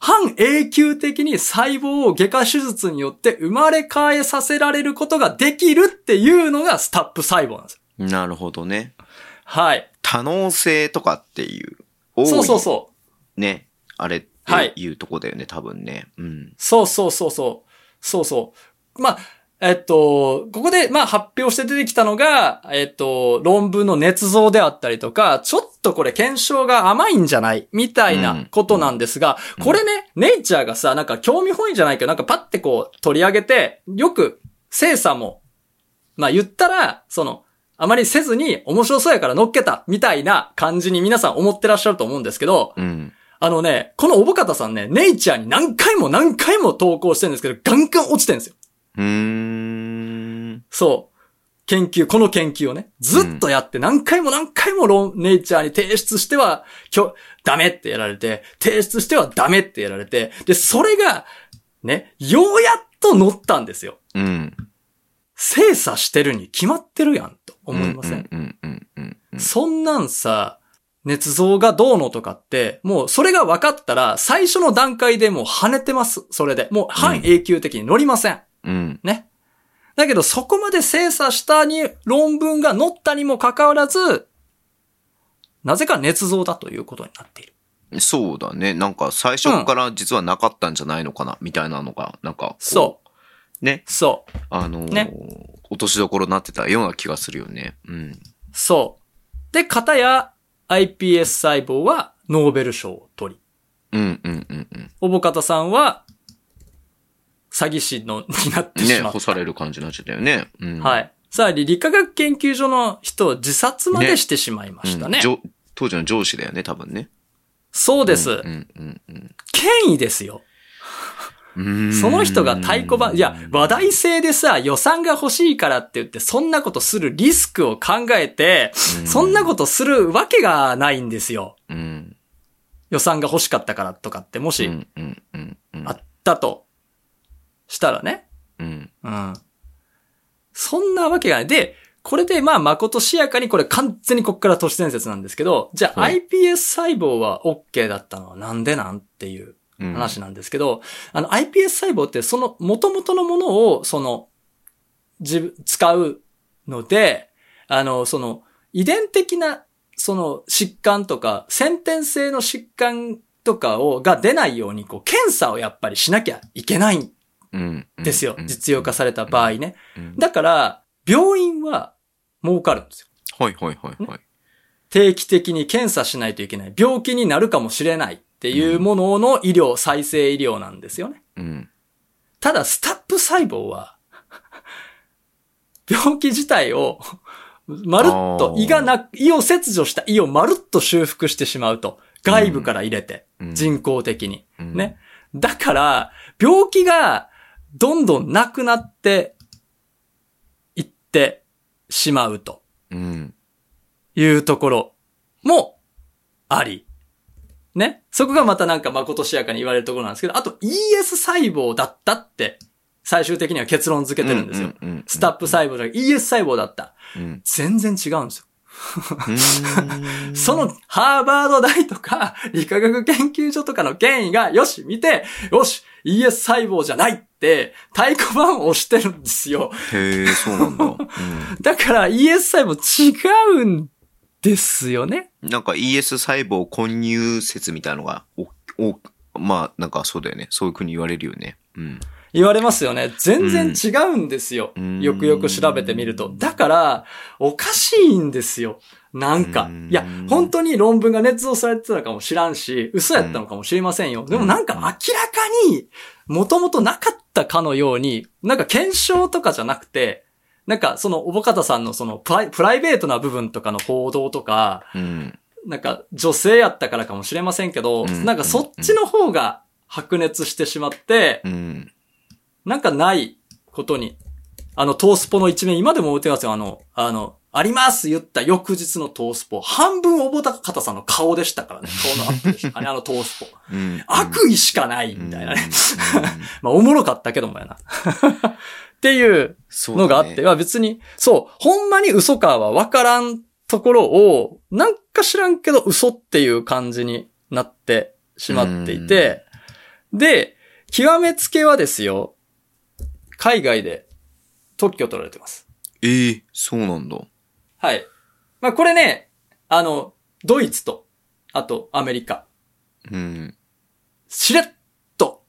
Speaker 1: 半永久的に細胞を外科手術によって生まれ変えさせられることができるっていうのがスタップ細胞なんですよ。
Speaker 2: なるほどね。
Speaker 1: はい。
Speaker 2: 多能性とかっていう。
Speaker 1: そうそう
Speaker 2: う。
Speaker 1: そう。
Speaker 2: ね。あれっていうとこだよね、多分ね。うん。
Speaker 1: そうそうそうそう。そうそう。まあ、えっと、ここで、まあ、発表して出てきたのが、えっと、論文の捏造であったりとか、ちょっとこれ検証が甘いんじゃないみたいなことなんですが、
Speaker 2: うん
Speaker 1: これね、ネイチャーがさ、なんか興味本位じゃないけど、なんかパッてこう取り上げて、よく、精査も、まあ言ったら、その、あまりせずに面白そうやから乗っけた、みたいな感じに皆さん思ってらっしゃると思うんですけど、
Speaker 2: うん。
Speaker 1: あのね、このおぼかたさんね、ネイチャーに何回も何回も投稿してるんですけど、ガンガン落ちてるんですよ。
Speaker 2: うーん。
Speaker 1: そう。研究、この研究をね、ずっとやって何回も何回もロンネイチャーに提出しては、きょ、ダメってやられて、提出してはダメってやられて、で、それが、ね、ようやっと乗ったんですよ。
Speaker 2: うん。
Speaker 1: 精査してるに決まってるやん、と思いません。
Speaker 2: うんうんうんうん。
Speaker 1: そんなんさ、捏造がどうのとかって、もうそれが分かったら、最初の段階でもう跳ねてます。それで。もう半永久的に乗りません。
Speaker 2: うん。
Speaker 1: ね。だけどそこまで精査したに論文が載ったにもかかわらず、なぜか捏造だということになっている。
Speaker 2: そうだね。なんか最初から実はなかったんじゃないのかな、みたいなのが、なんか、
Speaker 1: そう。
Speaker 2: ね。
Speaker 1: そう。
Speaker 2: あのー
Speaker 1: ね
Speaker 2: 落としどころになってたような気がするよね。うん。
Speaker 1: そう。で、片や iPS 細胞はノーベル賞を取り、
Speaker 2: うんうんうんうん。
Speaker 1: おぼかたさんは詐欺師のになって
Speaker 2: ね、
Speaker 1: しまった。
Speaker 2: 干される感じになっちゃったよね。うん。。
Speaker 1: はいい。さらに理化学研究所の人を自殺までしてしまいましたね。
Speaker 2: 上当時の上司だよね、多分ね。
Speaker 1: そうです、
Speaker 2: うんうんうん
Speaker 1: 権威ですよ。
Speaker 2: うん。
Speaker 1: その人が太鼓判、いや、話題性でさ、予算が欲しいからって言って、そんなことするリスクを考えて、そんなことするわけがないんですよ。
Speaker 2: と。うん。
Speaker 1: 予算が欲しかったからとかって、も
Speaker 2: う
Speaker 1: し、
Speaker 2: んうんうんうん。
Speaker 1: あったと、したらね。
Speaker 2: うん。
Speaker 1: うん。そんなわけがない。で、これでまあ、誠しやかに、これ完全にこっから都市伝説なんですけど、じゃあ
Speaker 2: はい
Speaker 1: iPS 細胞は OK だったのはなんでなんっていう
Speaker 2: うん。
Speaker 1: 話なんですけど、あの iPS 細胞ってその元々のものを、その、自分、使うので、あの、その、遺伝的な、その疾患とか、先天性の疾患とかを、が出ないように、こう、検査をやっぱりしなきゃいけないん
Speaker 2: うん。うん
Speaker 1: ですよ。実用化。された場合ね。
Speaker 2: うん
Speaker 1: だから、病院は儲かるんですよ。
Speaker 2: はいはいはいはい。
Speaker 1: 定期的に検査しないといけない。病気になるかもしれないっていうものの医療、再生医療なんですよね。
Speaker 2: うん。
Speaker 1: ただ、スタップ細胞は、病気自体を、まるっと
Speaker 2: あー
Speaker 1: 胃がな、胃を切除した胃をまるっと修復してしまうと。外部から入れて、
Speaker 2: うん
Speaker 1: 人工的に。
Speaker 2: うん
Speaker 1: ね。だから、病気がどんどんなくなっていってしまうと
Speaker 2: うん。
Speaker 1: いうところもあり。ね。そこがまたなんか誠しやかに言われるところなんですけど、あと ES 細胞だったって最終的には結論付けてるんですよ。
Speaker 2: うんうんうんうん
Speaker 1: スタップ細胞じゃなく ES 細胞だった。
Speaker 2: うん。
Speaker 1: 全然違うんですよ。
Speaker 2: うん
Speaker 1: そのハーバード大とか 理化学研究所とかの権威が、よし、見て、よし、ES 細胞じゃないって、太鼓判を押してるんですよ。
Speaker 2: へえ、そうなんだ。
Speaker 1: だから ES 細胞違うんですよね。
Speaker 2: うん、なんか ES 細胞混入説みたいのが、お、お、まあ、なんかそうだよね。そういう風に言われるよね。うん。
Speaker 1: 言われますよね。全然違うんですよ。
Speaker 2: うん
Speaker 1: よくよく調べてみると。だから、おかしいんですよ。なんか
Speaker 2: うん。
Speaker 1: いや、本当に論文が捏造されてたのかもしらんし、嘘やったのかもしれませんよ。でもなんか明らかに、もともとなかったかのように、なんか検証とかじゃなくて、なんかその、おぼかたさんのそのプライ、プライベートな部分とかの報道とか、
Speaker 2: うん。
Speaker 1: なんか女性やったからかもしれませんけど、
Speaker 2: うん
Speaker 1: なんかそっちの方が白熱してしまって、
Speaker 2: うん。
Speaker 1: なんかないことに、あの、トースポの一面、今でも覚えてますよ、あの、あの、あります言った翌日のトースポ、半分おぼたかたさんの顔でしたからね、顔のアップでし た。あれ、あのトースポ。
Speaker 2: うん。
Speaker 1: 悪意しかないみたいなね。
Speaker 2: うん。うん
Speaker 1: まあ、おもろかったけどもやな。 っていう
Speaker 2: そうだ
Speaker 1: の
Speaker 2: ね
Speaker 1: があって、まあ別に、そう、ほんまに嘘かは分からんところを、なんか知らんけど嘘っていう感じになってしまっていて、で、極めつけはですよ、海外で特許取られてます。
Speaker 2: ええそうなんだ。
Speaker 1: はい。まあこれね、あの、ドイツと、あとアメリカ、
Speaker 2: うん。
Speaker 1: しれっと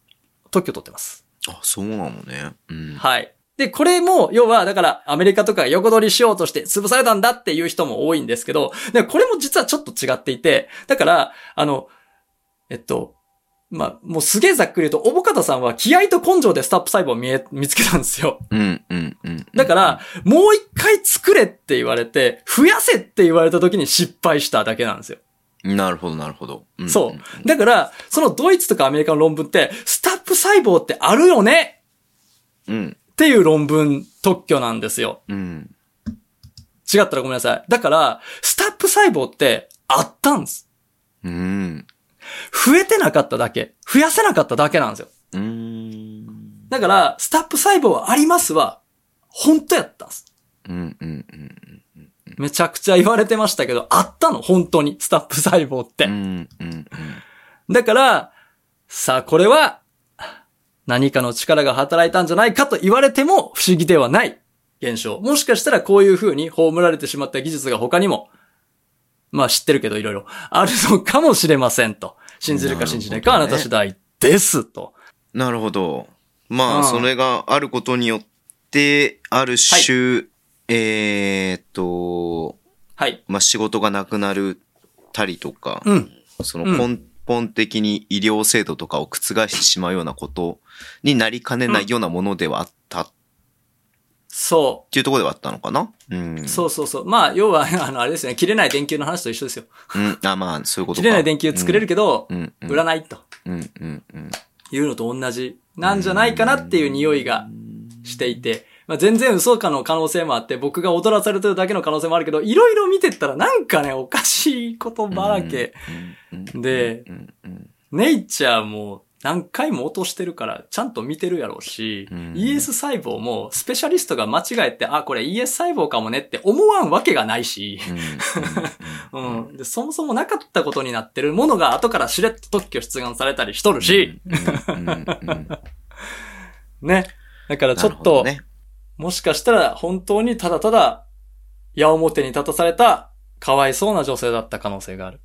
Speaker 1: 特許取ってます。
Speaker 2: あ、そうなのね。うん。
Speaker 1: はい。で、これも、要は、だから、アメリカとかが横取りしようとして潰されたんだっていう人も多いんですけど、で、これも実はちょっと違っていて、だから、あの、えっと、まあ、もうすげえざっくり言うと、おぼかたさんは気合と根性でスタップ細胞を見え、見つけたんですよ。
Speaker 2: うん、うん、うん。
Speaker 1: だから、もう一回作れって言われて、増やせって言われた時に失敗しただけなんですよ。
Speaker 2: ら、なるほど、なるほど。ん
Speaker 1: そう。だから、そのドイツとかアメリカの論文って、スタップ細胞ってあるよね
Speaker 2: うん、
Speaker 1: っていう論文特許なんですよ。
Speaker 2: うん。
Speaker 1: 違ったらごめんなさい。だから、スタップ細胞ってあったんです。
Speaker 2: うん。
Speaker 1: 増えてなかっただけ。増やせなかっただけなんですよ。
Speaker 2: うん。
Speaker 1: だから、スタップ細胞はありますは、本当やったんです。
Speaker 2: うん、うん、うん。
Speaker 1: めちゃくちゃ言われてましたけど、あったの、本当に、スタップ細胞って。
Speaker 2: うん、うん、
Speaker 1: だから、さあ、これは、何かの力が働いたんじゃないかと言われても不思議ではない現象。もしかしたらこういう風に葬られてしまった技術が他にも、まあ知ってるけどいろいろあるのかもしれませんと。信じるか信じないかはあ
Speaker 2: な
Speaker 1: な
Speaker 2: るほど
Speaker 1: た
Speaker 2: ね
Speaker 1: 次第ですと。
Speaker 2: なるほど。まあ、
Speaker 1: うん
Speaker 2: それがあることによって、ある種、えーっと、
Speaker 1: はい。
Speaker 2: まあ、仕事がなくなるたりとか、
Speaker 1: うん。
Speaker 2: そうの
Speaker 1: ん
Speaker 2: 根本的に医療制度とかを覆してしまうようなことになりかねないようなものではあったっ
Speaker 1: そ
Speaker 2: ていうところではあったのかなうん。
Speaker 1: う。そうそうそう。まあ、要は、 あの、あれですね。切れない電球の話と一緒ですよ。
Speaker 2: うん。あ、まあ、そういうこと
Speaker 1: 切
Speaker 2: か。
Speaker 1: れない電球作れるけど、
Speaker 2: うん、うん。
Speaker 1: 売らないと
Speaker 2: うん、うん、うん。
Speaker 1: いうのと同じなんじゃないかなっていう匂いがしていて、まあ、全然嘘かの可能性もあって、僕が踊らされてるだけの可能性もあるけど、いろいろ見てったらなんかね、おかしいことばらけ。
Speaker 2: うん。うん
Speaker 1: で、
Speaker 2: うん、うん。
Speaker 1: ネイチャーも何回も落としてるから、ちゃんと見てるやろうし、
Speaker 2: うん
Speaker 1: ES 細胞もスペシャリストが間違えて、あ、これ ES 細胞かもねって思わんわけがないし、
Speaker 2: うん
Speaker 1: うん。で、そもそもなかったことになってるものが後からしれっと特許出願されたりしとるし、
Speaker 2: うんうんうん
Speaker 1: ね。だからち
Speaker 2: な
Speaker 1: ょ
Speaker 2: る
Speaker 1: っ
Speaker 2: ほど
Speaker 1: と、
Speaker 2: ね
Speaker 1: もしかしたら本当にただただ、矢面に立たされた、かわいそうな女性だった可能性がある。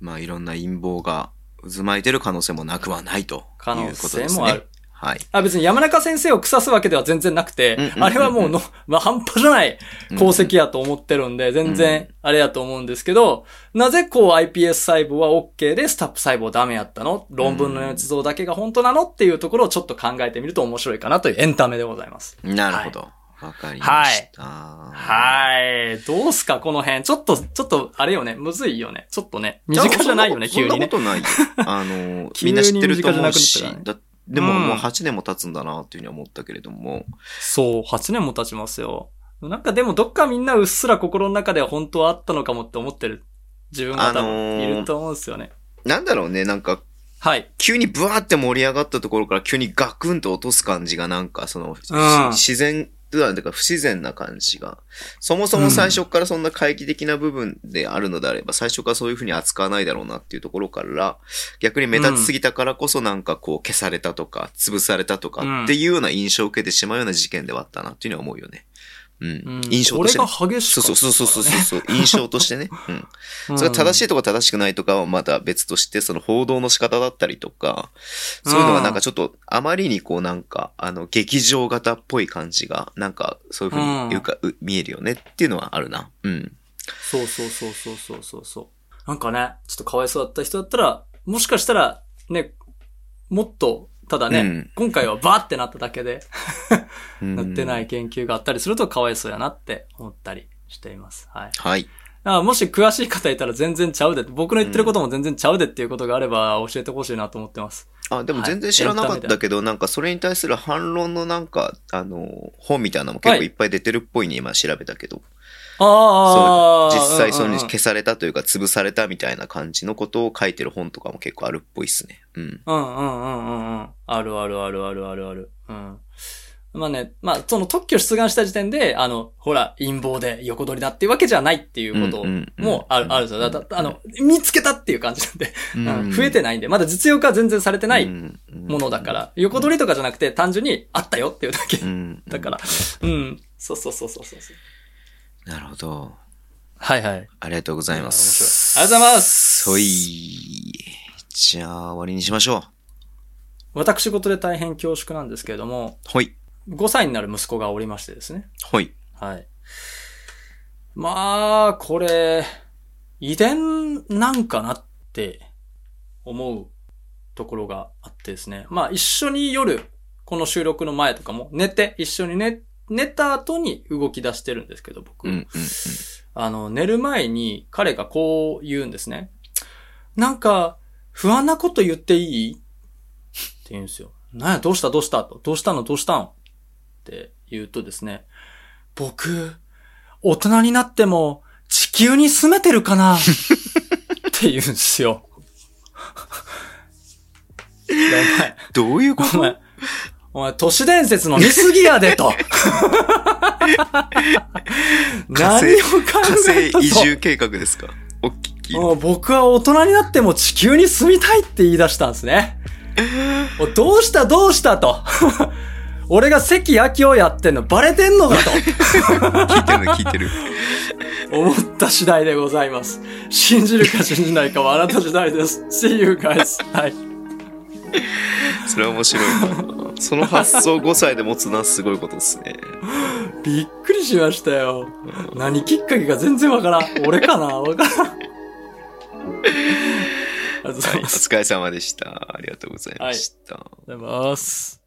Speaker 2: まあ、いろんな陰謀が渦巻いてる可能性もなくはないというこ
Speaker 1: 可
Speaker 2: と
Speaker 1: 能
Speaker 2: ですね。
Speaker 1: 性もある。。
Speaker 2: はい。
Speaker 1: あ、別に山中先生を腐すわけでは全然なくて
Speaker 2: うんうんうんう、ん
Speaker 1: あれはもうの、まあ半端じゃない功績やと思ってるんで、全然あれやと思うんですけど、なぜこう iPS 細胞は OK でスタップ細胞ダメやったの論文の捏造だけが本当なのっていうところをちょっと考えてみると面白いかなというエンタメでございます。
Speaker 2: うんなるほど。わかりました。は
Speaker 1: はい。どうすかこの辺。ちょっと、ちょっと、あれよね。むずいよね。ちょっとね。
Speaker 2: い
Speaker 1: 身近じゃないよね、
Speaker 2: そ
Speaker 1: 急
Speaker 2: んなこ
Speaker 1: にね。
Speaker 2: と ないよ。あの、
Speaker 1: 急
Speaker 2: み
Speaker 1: に
Speaker 2: んな知ってると思う
Speaker 1: 身近じ
Speaker 2: し
Speaker 1: ゃなくなっ、た
Speaker 2: だでも
Speaker 1: うん
Speaker 2: もう8年も経つんだなっていうふうに思ったけれども、
Speaker 1: そう、8年も経ちますよ。なんかでもどっかみんなうっすら心の中では本当はあったのかもって思ってる自分が多分いると思うんですよね。
Speaker 2: なんだろうね、なんか
Speaker 1: はい。
Speaker 2: 急にブワーって盛り上がったところから急にガクンと落とす感じがなんかその、
Speaker 1: うん
Speaker 2: し自然普段というか不自然な感じが。そもそも最初からそんな怪奇的な部分であるのであれば、最初からそういうふうに扱わないだろうなっていうところから、逆に目立ちすぎたからこそなんかこう消されたとか、潰されたと
Speaker 1: うん
Speaker 2: かっていうような印象を受けてしまうような事件ではあったなっていうのは思うよね。うん。
Speaker 1: うん
Speaker 2: 印象として、ね。
Speaker 1: これが激し
Speaker 2: そ
Speaker 1: か
Speaker 2: う
Speaker 1: った
Speaker 2: そうそうそうそうそう。印象としてね。うん。
Speaker 1: うん
Speaker 2: それが正しいとか正しくないとかはまた別として、その報道の仕方だったりとか、そういうのがなんかちょっと、あまりにこうなんか、あの、劇場型っぽい感じが、なんか、そういうふう
Speaker 1: うん
Speaker 2: にいうか、う見えるよねっていうのはあるな。うん。
Speaker 1: そうそうそうそうそうそうそう。なんかね、ちょっとかわいそうだった人だったら、もしかしたら、ね、もっと、ただね、
Speaker 2: うん
Speaker 1: 今回はバーってなっただけで、
Speaker 2: うん
Speaker 1: なってない。研究があったりするとかわいそうやなって思ったりしています。はい。
Speaker 2: はい。
Speaker 1: あもし詳しい方いたら全然ちゃうで、僕の言ってることも全然ちゃうでっていうことがあれば教えてほしいなと思ってます。
Speaker 2: あ、でも全
Speaker 1: は
Speaker 2: 然
Speaker 1: い
Speaker 2: 知らなかったけど、なんかそれに対する反論のなんか、あの、本みたいなのも結
Speaker 1: は
Speaker 2: 構
Speaker 1: い
Speaker 2: いっぱい出てるっぽいね、今調べたけど。
Speaker 1: ああ、
Speaker 2: そう実際そ
Speaker 1: うんう
Speaker 2: の
Speaker 1: んうん
Speaker 2: 消されたというか潰されたみたいな感じのことを書いてる本とかも結構あるっぽいっすね。うん。
Speaker 1: うんうんうんうんうん。あるあるあるあるあるある。うん。まあね、まあ、その特許出願した時点で、あの、ほら、陰謀で横取りだっていうわけじゃないっていうこと
Speaker 2: うんうんうん
Speaker 1: もある、あるんですよ。だだあの、見つけたっていう感じなんで、うん増えて
Speaker 2: な
Speaker 1: ないんで、まだ実用化は全然されてないも
Speaker 2: も
Speaker 1: のだか。ら、横取りとかじゃなくて単純にあったよっていうだけ
Speaker 2: う。ん。
Speaker 1: だから、うん。そうそうそうそうそうそう。
Speaker 2: ら。なるほど。
Speaker 1: はいはい。
Speaker 2: ありがとうございます。。
Speaker 1: 面白いありがとうございます
Speaker 2: ほい。じゃあ、終わりにしましょう。
Speaker 1: 私事で大変恐縮なんですけれども、
Speaker 2: ほい。
Speaker 1: 5歳になる息子がおりましてですね。
Speaker 2: ほい。
Speaker 1: はい。まあ、これ、遺伝なんかなって思うところがあってですね。まあ、一緒に夜、この収録の前とかも寝て、一緒に寝、寝た後に動き出してるんですけど、僕。
Speaker 2: うん。うん。
Speaker 1: あの、寝る前に彼がこう言うんですね。なんか、不安なこと言っていいって言うんですよ。なんや、どうしたどうしたと。どうしたのどうしたのって言うとですね。僕、大人になっても地球に住めてるかなって言うんですよ。やばい。
Speaker 2: どういうこ
Speaker 1: お
Speaker 2: と
Speaker 1: 前、お前、都市伝説の見すぎやでと。
Speaker 2: 火
Speaker 1: 何を
Speaker 2: 星
Speaker 1: 考
Speaker 2: 火星
Speaker 1: えたと
Speaker 2: 移住計画です かおっきい。
Speaker 1: もう僕は大人になっても地球に住みたいって言い出したんですね。もうどうしたどうしたと。 俺が関明夫やってんのバレてんのかと。
Speaker 2: 聞いてるの聞いて る。
Speaker 1: 思った次第でございます。信じるか信じないかはあなた次第です。See you guys. はい。
Speaker 2: それは面白いな。その発想5歳で持つのはすごいことですね。
Speaker 1: びっくりしましたよ。何きっかけか全然わからん。俺かなわからん。ありがとう
Speaker 2: は
Speaker 1: ござ
Speaker 2: い。
Speaker 1: い
Speaker 2: お
Speaker 1: ます。
Speaker 2: 疲れ様でした。ありがとうございました。
Speaker 1: ありがとうございます。